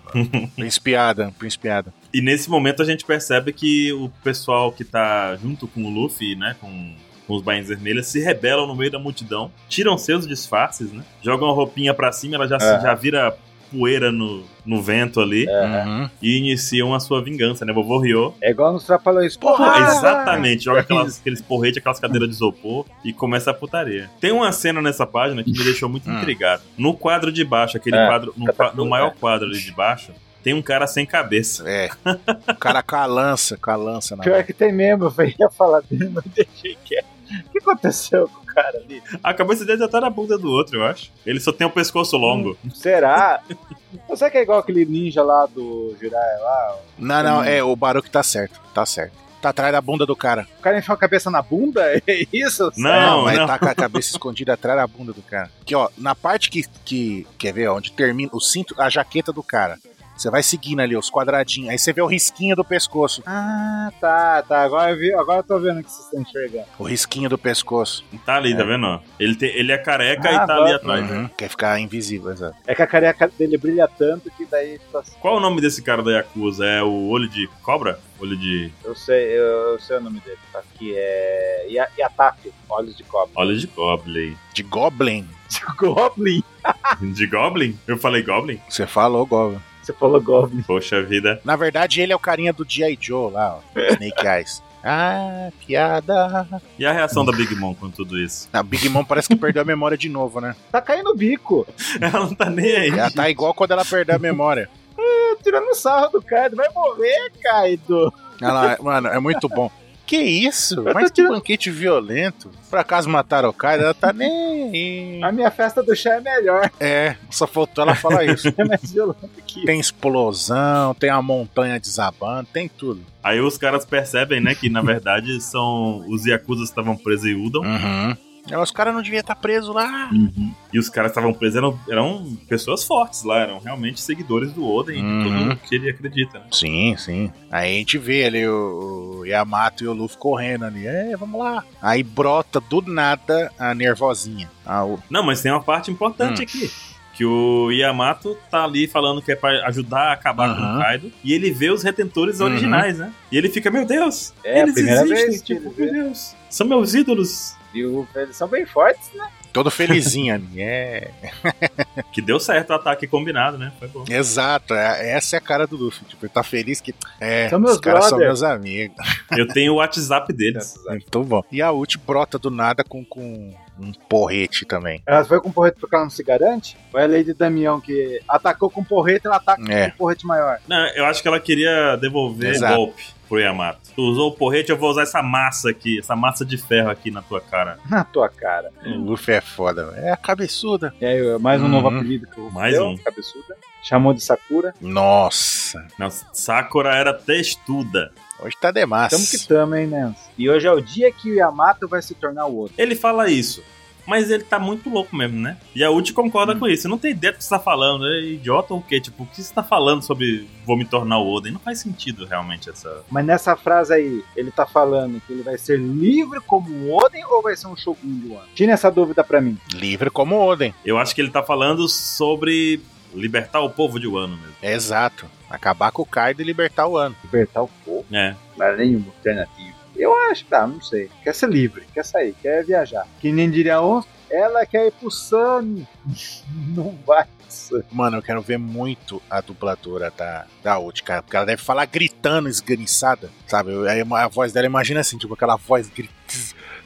[SPEAKER 3] Príncipe Adam, Príncipe Adam.
[SPEAKER 2] E nesse momento a gente percebe que o pessoal que tá junto com o Luffy, né, com com os bainhas vermelhas, se rebelam no meio da multidão, tiram seus disfarces, né, jogam a roupinha pra cima, ela já, se-
[SPEAKER 1] É.
[SPEAKER 2] já vira poeira no, no vento ali,
[SPEAKER 3] Uhum.
[SPEAKER 2] e iniciam a sua vingança, né, vovô Ryo.
[SPEAKER 1] É igual nos Trapalhões.
[SPEAKER 3] Porra, Ah!
[SPEAKER 2] Exatamente, joga aquelas, aqueles porretes, aquelas cadeiras de isopor e começa a putaria. Tem uma cena nessa página que me deixou muito
[SPEAKER 3] Hum.
[SPEAKER 2] intrigado. No quadro de baixo, aquele
[SPEAKER 1] É,
[SPEAKER 2] quadro, no,
[SPEAKER 1] catapulta.
[SPEAKER 2] qua- no maior quadro ali de baixo, tem um cara sem cabeça.
[SPEAKER 3] É. O cara com a lança, com a lança na
[SPEAKER 1] Pior
[SPEAKER 3] mão.
[SPEAKER 1] que tem mesmo, eu falei, ia falar dele, mas deixei quieto. O que aconteceu com o cara ali?
[SPEAKER 2] A cabeça dele já tá na bunda do outro, eu acho. Ele só tem o pescoço longo.
[SPEAKER 1] Será? Você que é igual aquele ninja lá do Jiraiya lá?
[SPEAKER 3] Não, não, é, o Baruque tá certo, tá certo. Tá atrás da bunda do cara.
[SPEAKER 1] O cara enfiou a cabeça na bunda? É isso?
[SPEAKER 2] Não,
[SPEAKER 3] mas
[SPEAKER 2] não.
[SPEAKER 3] tá com a cabeça escondida atrás da bunda do cara. Aqui, ó, na parte que, que quer ver, ó, onde termina o cinto, a jaqueta do cara. Você vai seguindo ali, os quadradinhos. Aí você vê o risquinho do pescoço.
[SPEAKER 1] Ah, tá, tá. Agora eu, vi, agora eu tô vendo que vocês estão enxergando.
[SPEAKER 3] O risquinho do pescoço.
[SPEAKER 2] Tá ali, tá vendo? ó? Ele, tem- ele é careca
[SPEAKER 1] É. Ah,
[SPEAKER 2] e tá ali
[SPEAKER 1] tá.
[SPEAKER 2] atrás.
[SPEAKER 3] Uhum, Quer ficar invisível, exato.
[SPEAKER 1] É que a careca dele brilha tanto que daí fica assim.
[SPEAKER 2] Qual o nome desse cara da Yakuza? É o olho de cobra? Olho de.
[SPEAKER 1] Eu sei, eu, eu sei o nome dele. Tá? Que é. Ya- Yatape, Olhos de Cobra.
[SPEAKER 2] Olho de goblin.
[SPEAKER 3] De Goblin.
[SPEAKER 1] Goblin?
[SPEAKER 2] De goblin? Eu falei goblin?
[SPEAKER 3] Você falou Goblin.
[SPEAKER 1] Você falou Goblin.
[SPEAKER 2] Poxa vida.
[SPEAKER 3] Na verdade, ele é o carinha do G.I. Joe lá, ó. Snake Eyes. Ah, piada.
[SPEAKER 2] E a reação da Big Mom com tudo isso?
[SPEAKER 3] A Big Mom parece que perdeu a memória de novo, né?
[SPEAKER 1] Tá caindo o bico.
[SPEAKER 2] Ela não tá nem aí.
[SPEAKER 3] Ela tá igual quando ela perdeu a memória.
[SPEAKER 1] Tá tirando sarro do Kaido. Vai morrer, Kaido.
[SPEAKER 3] Ela, mano, é muito bom. Que isso? Mas que banquete violento. Por acaso mataram o Kaido? Ela tá nem
[SPEAKER 1] A
[SPEAKER 3] aí.
[SPEAKER 1] minha festa do chá é melhor.
[SPEAKER 3] É, só faltou ela falar isso.
[SPEAKER 1] É mais violento que.
[SPEAKER 3] Tem explosão, tem a montanha desabando, tem tudo.
[SPEAKER 2] Aí os caras percebem, né, que na verdade são os Yakuza que estavam presos em Udon.
[SPEAKER 3] Uhum. É, Os caras não deviam estar presos lá.
[SPEAKER 2] E os caras que estavam presos eram, eram pessoas fortes lá, eram realmente seguidores do Oden,
[SPEAKER 3] Uhum.
[SPEAKER 2] de tudo que ele acredita. Né?
[SPEAKER 3] Sim, sim. Aí a gente vê ali o, o Yamato e o Luffy correndo ali. É, vamos lá. Aí brota do nada a nervosinha. A, o-
[SPEAKER 2] Não, mas tem uma parte importante
[SPEAKER 3] Hum.
[SPEAKER 2] aqui. Que o Yamato tá ali falando que é pra ajudar a acabar com
[SPEAKER 3] Aham.
[SPEAKER 2] o Kaido. E ele vê os retentores
[SPEAKER 3] Uhum.
[SPEAKER 2] originais, né? E ele fica, meu Deus,
[SPEAKER 1] É a
[SPEAKER 2] eles
[SPEAKER 1] primeira
[SPEAKER 2] existem,
[SPEAKER 1] vez que
[SPEAKER 2] tipo,
[SPEAKER 1] ele
[SPEAKER 2] meu
[SPEAKER 1] vê.
[SPEAKER 2] Deus, são meus ídolos.
[SPEAKER 1] E o- eles são bem fortes, né?
[SPEAKER 3] todo felizinho ali. É,
[SPEAKER 2] Que deu certo o ataque combinado, né? Foi bom.
[SPEAKER 3] exato. é- essa é a cara do Luffy. Tipo, ele tá feliz que. É,
[SPEAKER 1] São meus
[SPEAKER 3] os caras são
[SPEAKER 1] brother.
[SPEAKER 3] meus amigos.
[SPEAKER 2] Eu tenho o WhatsApp deles.
[SPEAKER 3] Muito bom. E a ult brota do nada com, com um porrete também.
[SPEAKER 1] Ela foi com porrete porque ela não se garante? Ou é a Lady Damião que atacou com porrete ela ataca
[SPEAKER 3] É.
[SPEAKER 1] com um porrete maior?
[SPEAKER 2] Não, eu acho que ela queria devolver
[SPEAKER 3] Exato.
[SPEAKER 2] o golpe pro Yamato. Tu usou o porrete, eu vou usar essa massa aqui, essa massa de ferro aqui na tua cara.
[SPEAKER 1] Na tua cara.
[SPEAKER 3] O Luffy é foda. velho. É a cabeçuda.
[SPEAKER 1] E aí, mais um novo
[SPEAKER 3] Uhum.
[SPEAKER 1] apelido que o
[SPEAKER 2] Mais
[SPEAKER 1] deu,
[SPEAKER 2] um.
[SPEAKER 1] Cabeçuda. Chamou de Sakura.
[SPEAKER 3] Nossa.
[SPEAKER 2] Não, Sakura era testuda.
[SPEAKER 3] Hoje tá demais.
[SPEAKER 1] Tamo que tamo, hein, Nance? E hoje é o dia que o Yamato vai se tornar o outro.
[SPEAKER 2] Ele fala isso, mas ele tá muito louco mesmo, né? E a Uchi concorda com isso. Não tem ideia do que você tá falando, é idiota ou o quê? Tipo, o que você tá falando sobre vou me tornar o Oden? Não faz sentido realmente essa.
[SPEAKER 1] Mas nessa frase aí, ele tá falando que ele vai ser livre como o Oden ou vai ser um Shogun do ano? Tira essa dúvida pra mim.
[SPEAKER 3] Livre como Oden.
[SPEAKER 2] Eu acho que ele tá falando sobre libertar o povo de Wano mesmo.
[SPEAKER 3] Exato. Acabar com o Kaido e libertar o ano.
[SPEAKER 1] Libertar o povo.
[SPEAKER 2] É.
[SPEAKER 1] Não era nenhuma alternativa. Eu acho, tá, não sei. Quer ser livre, quer sair, quer viajar. Que nem diria um, ela quer ir pro Sunny. Não vai pro Sunny.
[SPEAKER 3] Mano, eu quero ver muito a dubladora da, da Ult, cara. Porque ela deve falar gritando, esganiçada. Sabe? Eu- aí A voz dela, imagina assim, tipo aquela voz gritando.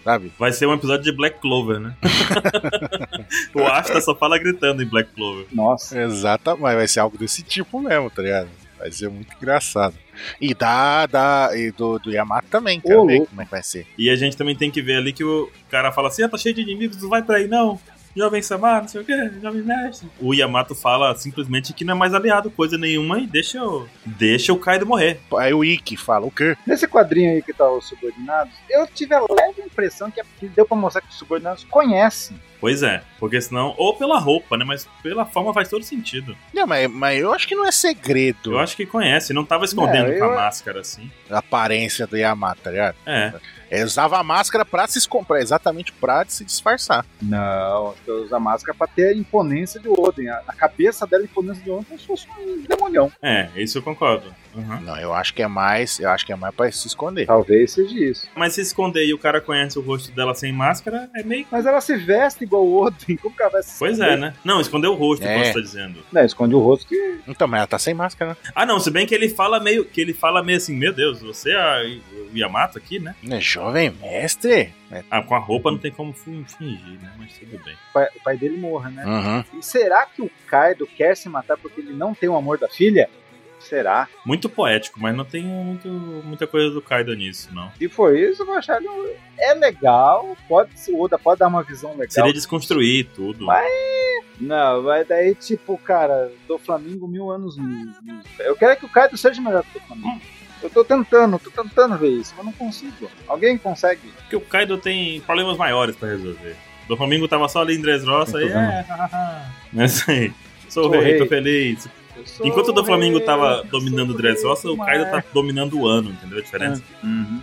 [SPEAKER 3] Sabe?
[SPEAKER 2] Vai ser um episódio de Black Clover, né? o Asta só fala gritando em Black Clover.
[SPEAKER 1] Nossa.
[SPEAKER 3] Exato, mas vai ser algo desse tipo mesmo, tá ligado? Vai ser muito engraçado. E da, da e do, do Yamato também, quero
[SPEAKER 1] Ô,
[SPEAKER 3] ver
[SPEAKER 1] louco.
[SPEAKER 3] como é que vai ser.
[SPEAKER 2] E a gente também tem que ver ali que o cara fala assim: ah, tá cheio de inimigos, não vai pra aí não. Jovem Samar, não sei o que, jovem mestre. O Yamato fala simplesmente que não é mais aliado, coisa nenhuma, e deixa o, deixa o Kaido morrer.
[SPEAKER 3] Aí o Ikki fala, o quê?
[SPEAKER 1] Nesse quadrinho aí que tá os subordinados, eu tive a leve impressão que é porque deu pra mostrar que os subordinados conhecem.
[SPEAKER 2] Pois é, porque senão, ou pela roupa, né? Mas pela forma faz todo sentido.
[SPEAKER 3] Não, mas, mas eu acho que não é segredo
[SPEAKER 2] Eu acho que conhece, não tava escondendo
[SPEAKER 1] É,
[SPEAKER 2] com a
[SPEAKER 1] eu-
[SPEAKER 2] máscara assim.
[SPEAKER 3] a aparência do Yamato, tá ligado?
[SPEAKER 2] É,
[SPEAKER 3] Ele usava a máscara pra se comprar, exatamente pra se disfarçar.
[SPEAKER 1] Não, acho que ela usa máscara pra ter a imponência de Oden. A, a cabeça dela, a imponência de Oden, como se fosse um demonião.
[SPEAKER 2] é, isso eu concordo. Uhum.
[SPEAKER 3] Não, eu acho que é mais, eu acho que é mais pra se esconder.
[SPEAKER 1] Talvez seja isso.
[SPEAKER 2] Mas se esconder e o cara conhece o rosto dela sem máscara, é meio
[SPEAKER 1] Mas ela se veste igual o Oden, como que ela vai se
[SPEAKER 2] Pois é, né? Não, esconder o rosto,
[SPEAKER 3] É.
[SPEAKER 2] como você tá dizendo.
[SPEAKER 1] Não, esconde o rosto que
[SPEAKER 3] Então, mas ela tá sem máscara,
[SPEAKER 2] Ah, não, se bem que ele fala meio que ele fala meio assim, meu Deus, você é a- o Yamato aqui, né?
[SPEAKER 3] né? Jovem mestre. É.
[SPEAKER 2] Ah, com a roupa não tem como fun- fingir, né? Mas tudo bem.
[SPEAKER 1] o pai, o pai dele morra, né?
[SPEAKER 3] Uhum.
[SPEAKER 1] E será que o Kaido quer se matar porque ele não tem o amor da filha? Será?
[SPEAKER 2] Muito poético, mas não tem muito, muita coisa do Kaido nisso, não.
[SPEAKER 1] Se for isso, eu vou achar. ele- É legal, pode ser, o Oda pode dar uma visão legal.
[SPEAKER 2] Seria desconstruir tudo.
[SPEAKER 1] Mas- Não, mas daí, tipo, cara, do Flamengo mil anos. mil. Eu quero que o Kaido seja melhor que o Flamengo. Eu tô tentando, tô tentando ver isso, mas não consigo. Alguém consegue?
[SPEAKER 2] Porque o Kaido tem problemas maiores pra resolver. Do Flamengo tava só ali em Dressrosa aí.
[SPEAKER 1] Muito bem.
[SPEAKER 2] É, hahaha. é isso aí.
[SPEAKER 1] Então,
[SPEAKER 2] Sou,
[SPEAKER 1] Sou
[SPEAKER 2] rei,
[SPEAKER 1] rei.
[SPEAKER 2] tô feliz.
[SPEAKER 1] Eu sou
[SPEAKER 2] Enquanto o do Flamengo
[SPEAKER 1] rei,
[SPEAKER 2] tava
[SPEAKER 1] eu
[SPEAKER 2] dominando
[SPEAKER 1] sou
[SPEAKER 2] o Dressrosa, o
[SPEAKER 1] rei,
[SPEAKER 2] Kaido tá dominando o ano, entendeu a diferença?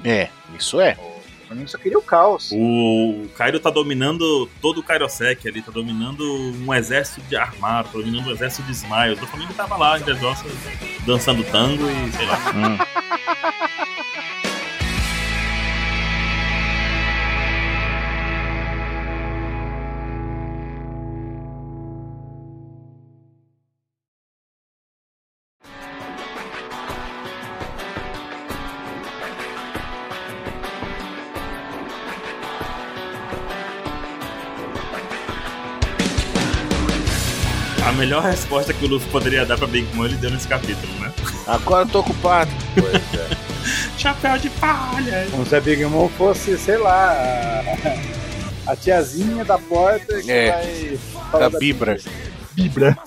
[SPEAKER 3] É, isso é.
[SPEAKER 1] Uhum. O Flamengo só queria o caos.
[SPEAKER 2] O Cairo tá dominando todo o Kairosek ali, tá dominando um exército de armado, tá dominando um exército de smiles. O Flamengo tava lá, entre as nossas, dançando tango e sei lá.
[SPEAKER 3] Hum.
[SPEAKER 2] A melhor resposta que o Luffy poderia dar pra Big Mom ele deu nesse capítulo, né?
[SPEAKER 3] Agora eu tô ocupado.
[SPEAKER 2] Chapéu de palha!
[SPEAKER 1] Como se a Big Mom fosse, sei lá, a- a tiazinha da porta que
[SPEAKER 3] É.
[SPEAKER 1] vai. falar
[SPEAKER 3] Da Bibra.
[SPEAKER 1] Bibra.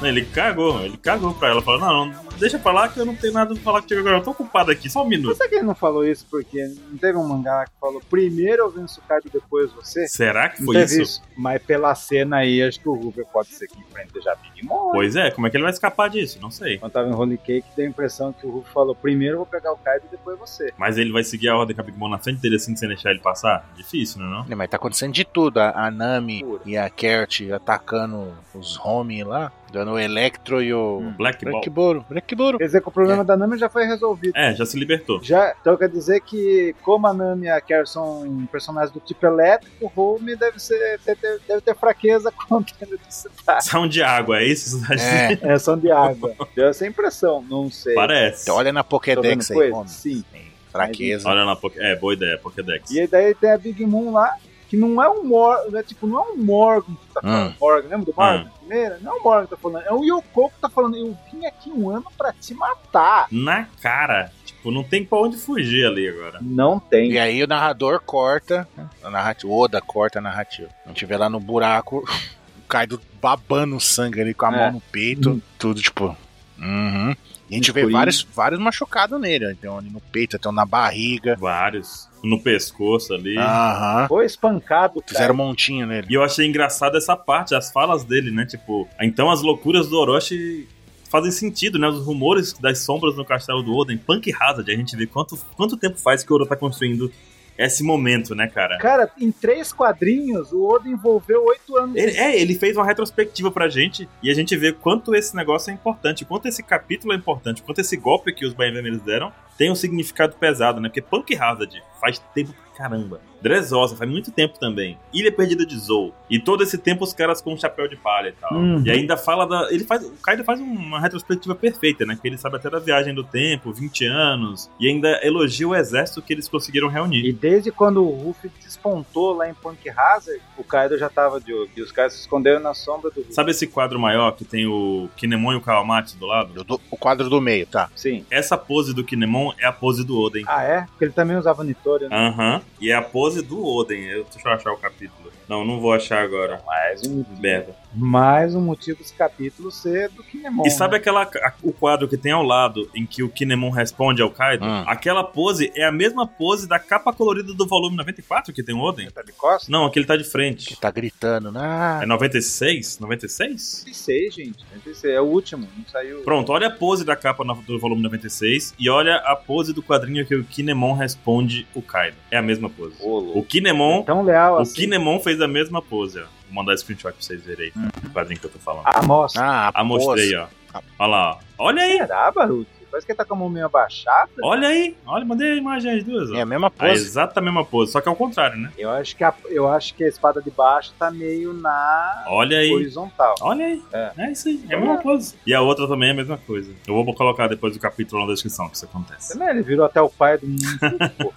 [SPEAKER 2] Não, Ele cagou, mano. ele cagou pra ela. Falou, não, não, deixa pra lá que eu não tenho nada pra falar contigo agora. Eu tô ocupado aqui, só um minuto.
[SPEAKER 1] Será que ele não falou isso porque não teve um mangá que falou primeiro eu venço o Kaido, depois você?
[SPEAKER 2] Será que
[SPEAKER 1] Não
[SPEAKER 2] foi
[SPEAKER 1] teve
[SPEAKER 2] isso?
[SPEAKER 1] Mas pela cena aí, acho que o Ruber pode ser que enfrenteja a Big Mom.
[SPEAKER 2] Pois é, como é que ele vai escapar disso? Não sei.
[SPEAKER 1] Quando tava em Holy Cake, deu a impressão que o Ruff falou: primeiro eu vou pegar o Kaido e depois você.
[SPEAKER 2] Mas ele vai seguir a ordem com a Big Mom na frente dele assim sem deixar ele passar? Difícil, né? Não?
[SPEAKER 3] Não, mas tá acontecendo de tudo. A, a Nami
[SPEAKER 1] Pura.
[SPEAKER 3] e a Kert atacando os homens lá, dando o Electro e o.
[SPEAKER 1] Hum.
[SPEAKER 2] Black Ball.
[SPEAKER 3] Rekiboro, Rekiboro.
[SPEAKER 1] Quer dizer que o problema da Nami já foi resolvido.
[SPEAKER 2] É, já se libertou.
[SPEAKER 1] Já, então quer dizer que, como a Nami e a Kerr são personagens do tipo elétrico, o Home deve, ser, ter- ter- deve ter fraqueza contra a eletricidade.
[SPEAKER 2] São de água, é isso?
[SPEAKER 3] É,
[SPEAKER 1] É, são de água. Deu essa impressão, não sei.
[SPEAKER 2] Parece.
[SPEAKER 3] então olha na
[SPEAKER 1] Tô vendo
[SPEAKER 3] Pokédex aí,
[SPEAKER 1] coisa?
[SPEAKER 3] homem.
[SPEAKER 1] Sim.
[SPEAKER 3] Fraqueza.
[SPEAKER 2] Olha na Poké. É, boa ideia, Pokédex.
[SPEAKER 1] E aí daí tem a Big Moon lá, que não é um Morgan, é, tipo, não é um Morgan que tá falando.
[SPEAKER 3] Hum.
[SPEAKER 1] Morgan, lembra do Morgan? Primeira? Não é o Morgan que tá falando, é o Yoko que tá falando, eu vim aqui um ano pra te matar.
[SPEAKER 2] Na cara. Tipo, não tem pra onde fugir ali agora.
[SPEAKER 1] Não tem.
[SPEAKER 3] E aí o narrador corta, a narrativa, o Oda corta a narrativa. A gente vê lá no buraco, o Kaido babando sangue ali com a
[SPEAKER 1] É.
[SPEAKER 3] mão no peito,
[SPEAKER 1] Hum.
[SPEAKER 3] tudo tipo. Uhum. E a gente vê
[SPEAKER 1] Excluindo.
[SPEAKER 3] vários, vários machucados nele. ó. Tem um ali no peito, tem um na barriga.
[SPEAKER 2] Vários. No pescoço ali.
[SPEAKER 3] Ah. Aham.
[SPEAKER 1] Foi espancado, cara.
[SPEAKER 3] Fizeram um montinho nele.
[SPEAKER 2] E eu achei engraçado essa parte, as falas dele, né? Tipo, então as loucuras do Orochi fazem sentido, né? Os rumores das sombras no castelo do Oden, Punk Hazard, a gente vê quanto, quanto tempo faz que o Oda tá construindo esse momento, né, cara?
[SPEAKER 1] Cara, em três quadrinhos, o Oda envolveu oito anos.
[SPEAKER 2] Ele, é, ele fez uma retrospectiva pra gente e a gente vê quanto esse negócio é importante, quanto esse capítulo é importante, quanto esse golpe que os Bahia Vermelhos deram tem um significado pesado, né? Porque Punk Hazard faz tempo pra caramba. Dressosa faz muito tempo também. Ilha Perdida de Zou. E todo esse tempo os caras com um chapéu de palha e tal.
[SPEAKER 1] Uhum.
[SPEAKER 2] E ainda fala da. Ele faz, o Kaido faz um, uma retrospectiva perfeita, né? Que ele sabe até da viagem do tempo, 20 anos. E ainda elogia o exército que eles conseguiram reunir.
[SPEAKER 1] E desde quando o Ruff despontou lá em Punk Hazard, o Kaido já tava de olho. E os caras se esconderam na sombra do Ruff.
[SPEAKER 2] Sabe esse quadro maior que tem o Kinemon e o Kawamatsu do lado?
[SPEAKER 3] O do- o quadro do meio, tá?
[SPEAKER 1] Sim.
[SPEAKER 2] Essa pose do Kinemon é a pose do Oden.
[SPEAKER 1] Ah, é? Porque ele também usava Nitória, né?
[SPEAKER 2] Aham. E é a pose do Oden. Eu, deixa eu achar o capítulo. Não, não vou achar agora.
[SPEAKER 1] Mais um
[SPEAKER 2] Merda.
[SPEAKER 1] Mais um motivo desse capítulo ser do Kinemon.
[SPEAKER 2] E sabe
[SPEAKER 1] né?
[SPEAKER 2] aquela, a- o quadro que tem ao lado em que o Kinemon responde ao Kaido?
[SPEAKER 3] Hum.
[SPEAKER 2] Aquela pose é a mesma pose da capa colorida do volume 94 que tem o Oden?
[SPEAKER 1] Tá de costas?
[SPEAKER 2] Não, aquele tá de
[SPEAKER 3] Que
[SPEAKER 2] frente.
[SPEAKER 3] tá gritando, né?
[SPEAKER 2] É 96? 96?
[SPEAKER 1] 96, gente. 96. É o último, não saiu.
[SPEAKER 2] Pronto, olha a pose da capa no- do volume 96 e olha a pose do quadrinho que o Kinemon responde o Kaido. É a mesma pose.
[SPEAKER 1] Ô, louco.
[SPEAKER 2] O Kinemon
[SPEAKER 1] Tão leal
[SPEAKER 2] O
[SPEAKER 1] assim.
[SPEAKER 2] Kinemon fez a mesma pose, ó. Vou mandar screenshot pra vocês verem aí, tá? o quadrinho que eu tô falando.
[SPEAKER 1] Ah, mostra.
[SPEAKER 3] Ah,
[SPEAKER 2] Ah, mostrei,
[SPEAKER 3] Hum. pose.
[SPEAKER 2] ó. Olha lá, ó. Olha aí,
[SPEAKER 1] Será, Baruto? Parece que ele tá com a mão meio abaixada.
[SPEAKER 2] olha aí. Olha, mandei a imagem as duas, ó.
[SPEAKER 3] É a mesma
[SPEAKER 2] A
[SPEAKER 3] pose.
[SPEAKER 2] exata mesma pose, só que ao contrário, né?
[SPEAKER 1] Eu acho que a, eu acho que a espada de baixo tá meio na
[SPEAKER 2] Olha aí.
[SPEAKER 1] horizontal.
[SPEAKER 2] Olha aí.
[SPEAKER 1] É.
[SPEAKER 2] É isso aí, é a mesma pose. E a outra também é a mesma coisa. Eu vou colocar depois do capítulo na descrição que isso acontece.
[SPEAKER 1] Também ele virou até o pai do mundo. pô.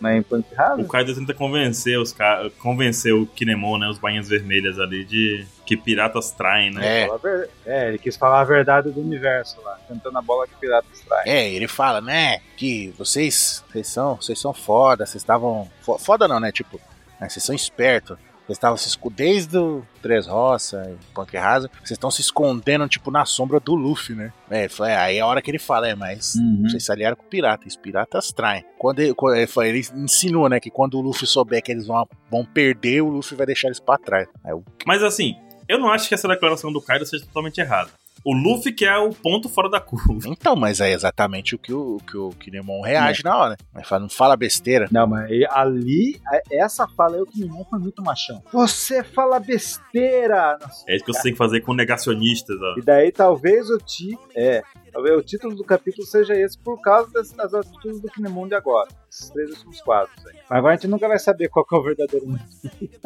[SPEAKER 1] Na Implant
[SPEAKER 2] O
[SPEAKER 1] House?
[SPEAKER 2] Kaido tenta convencer os ca... convencer o Kinemon, né? Os bainhas vermelhas ali de que piratas traem, né?
[SPEAKER 3] É.
[SPEAKER 1] Fala a ver- É, ele quis falar a verdade do universo lá, cantando a bola que piratas traz.
[SPEAKER 3] É, ele fala, né, que vocês, vocês são, vocês são foda, vocês estavam, fo- foda não, né, tipo, né, vocês são espertos, vocês estavam se escondendo desde o Três Roça e Punk Rasa, vocês estão se escondendo, tipo, na sombra do Luffy, né, é, ele fala, é, aí é a hora que ele fala, é,
[SPEAKER 2] Uhum.
[SPEAKER 3] mas vocês se aliaram com pirata, e os piratas traem, quando ele, quando ele, fala- ele insinua, né, que quando o Luffy souber que eles vão, vão perder, o Luffy vai deixar eles pra trás, aí o
[SPEAKER 2] Mas assim, eu não acho que essa declaração do Kaido seja totalmente errada. O Luffy que é o ponto fora da curva.
[SPEAKER 3] então, mas é exatamente o que o, o que o Kinemon reage na hora, ele fala, não fala besteira,
[SPEAKER 1] Não, mas aí- ali, a- essa fala eu que me foi muito machão. Você fala besteira! Nossa.
[SPEAKER 2] É isso que você tem que fazer com negacionistas, ó.
[SPEAKER 1] E daí talvez o ti é, talvez o título do capítulo seja esse por causa das, das atitudes do Kinemon de agora. Esses três últimos quadros. Aí. Mas agora a gente nunca vai saber qual que é o verdadeiro motivo.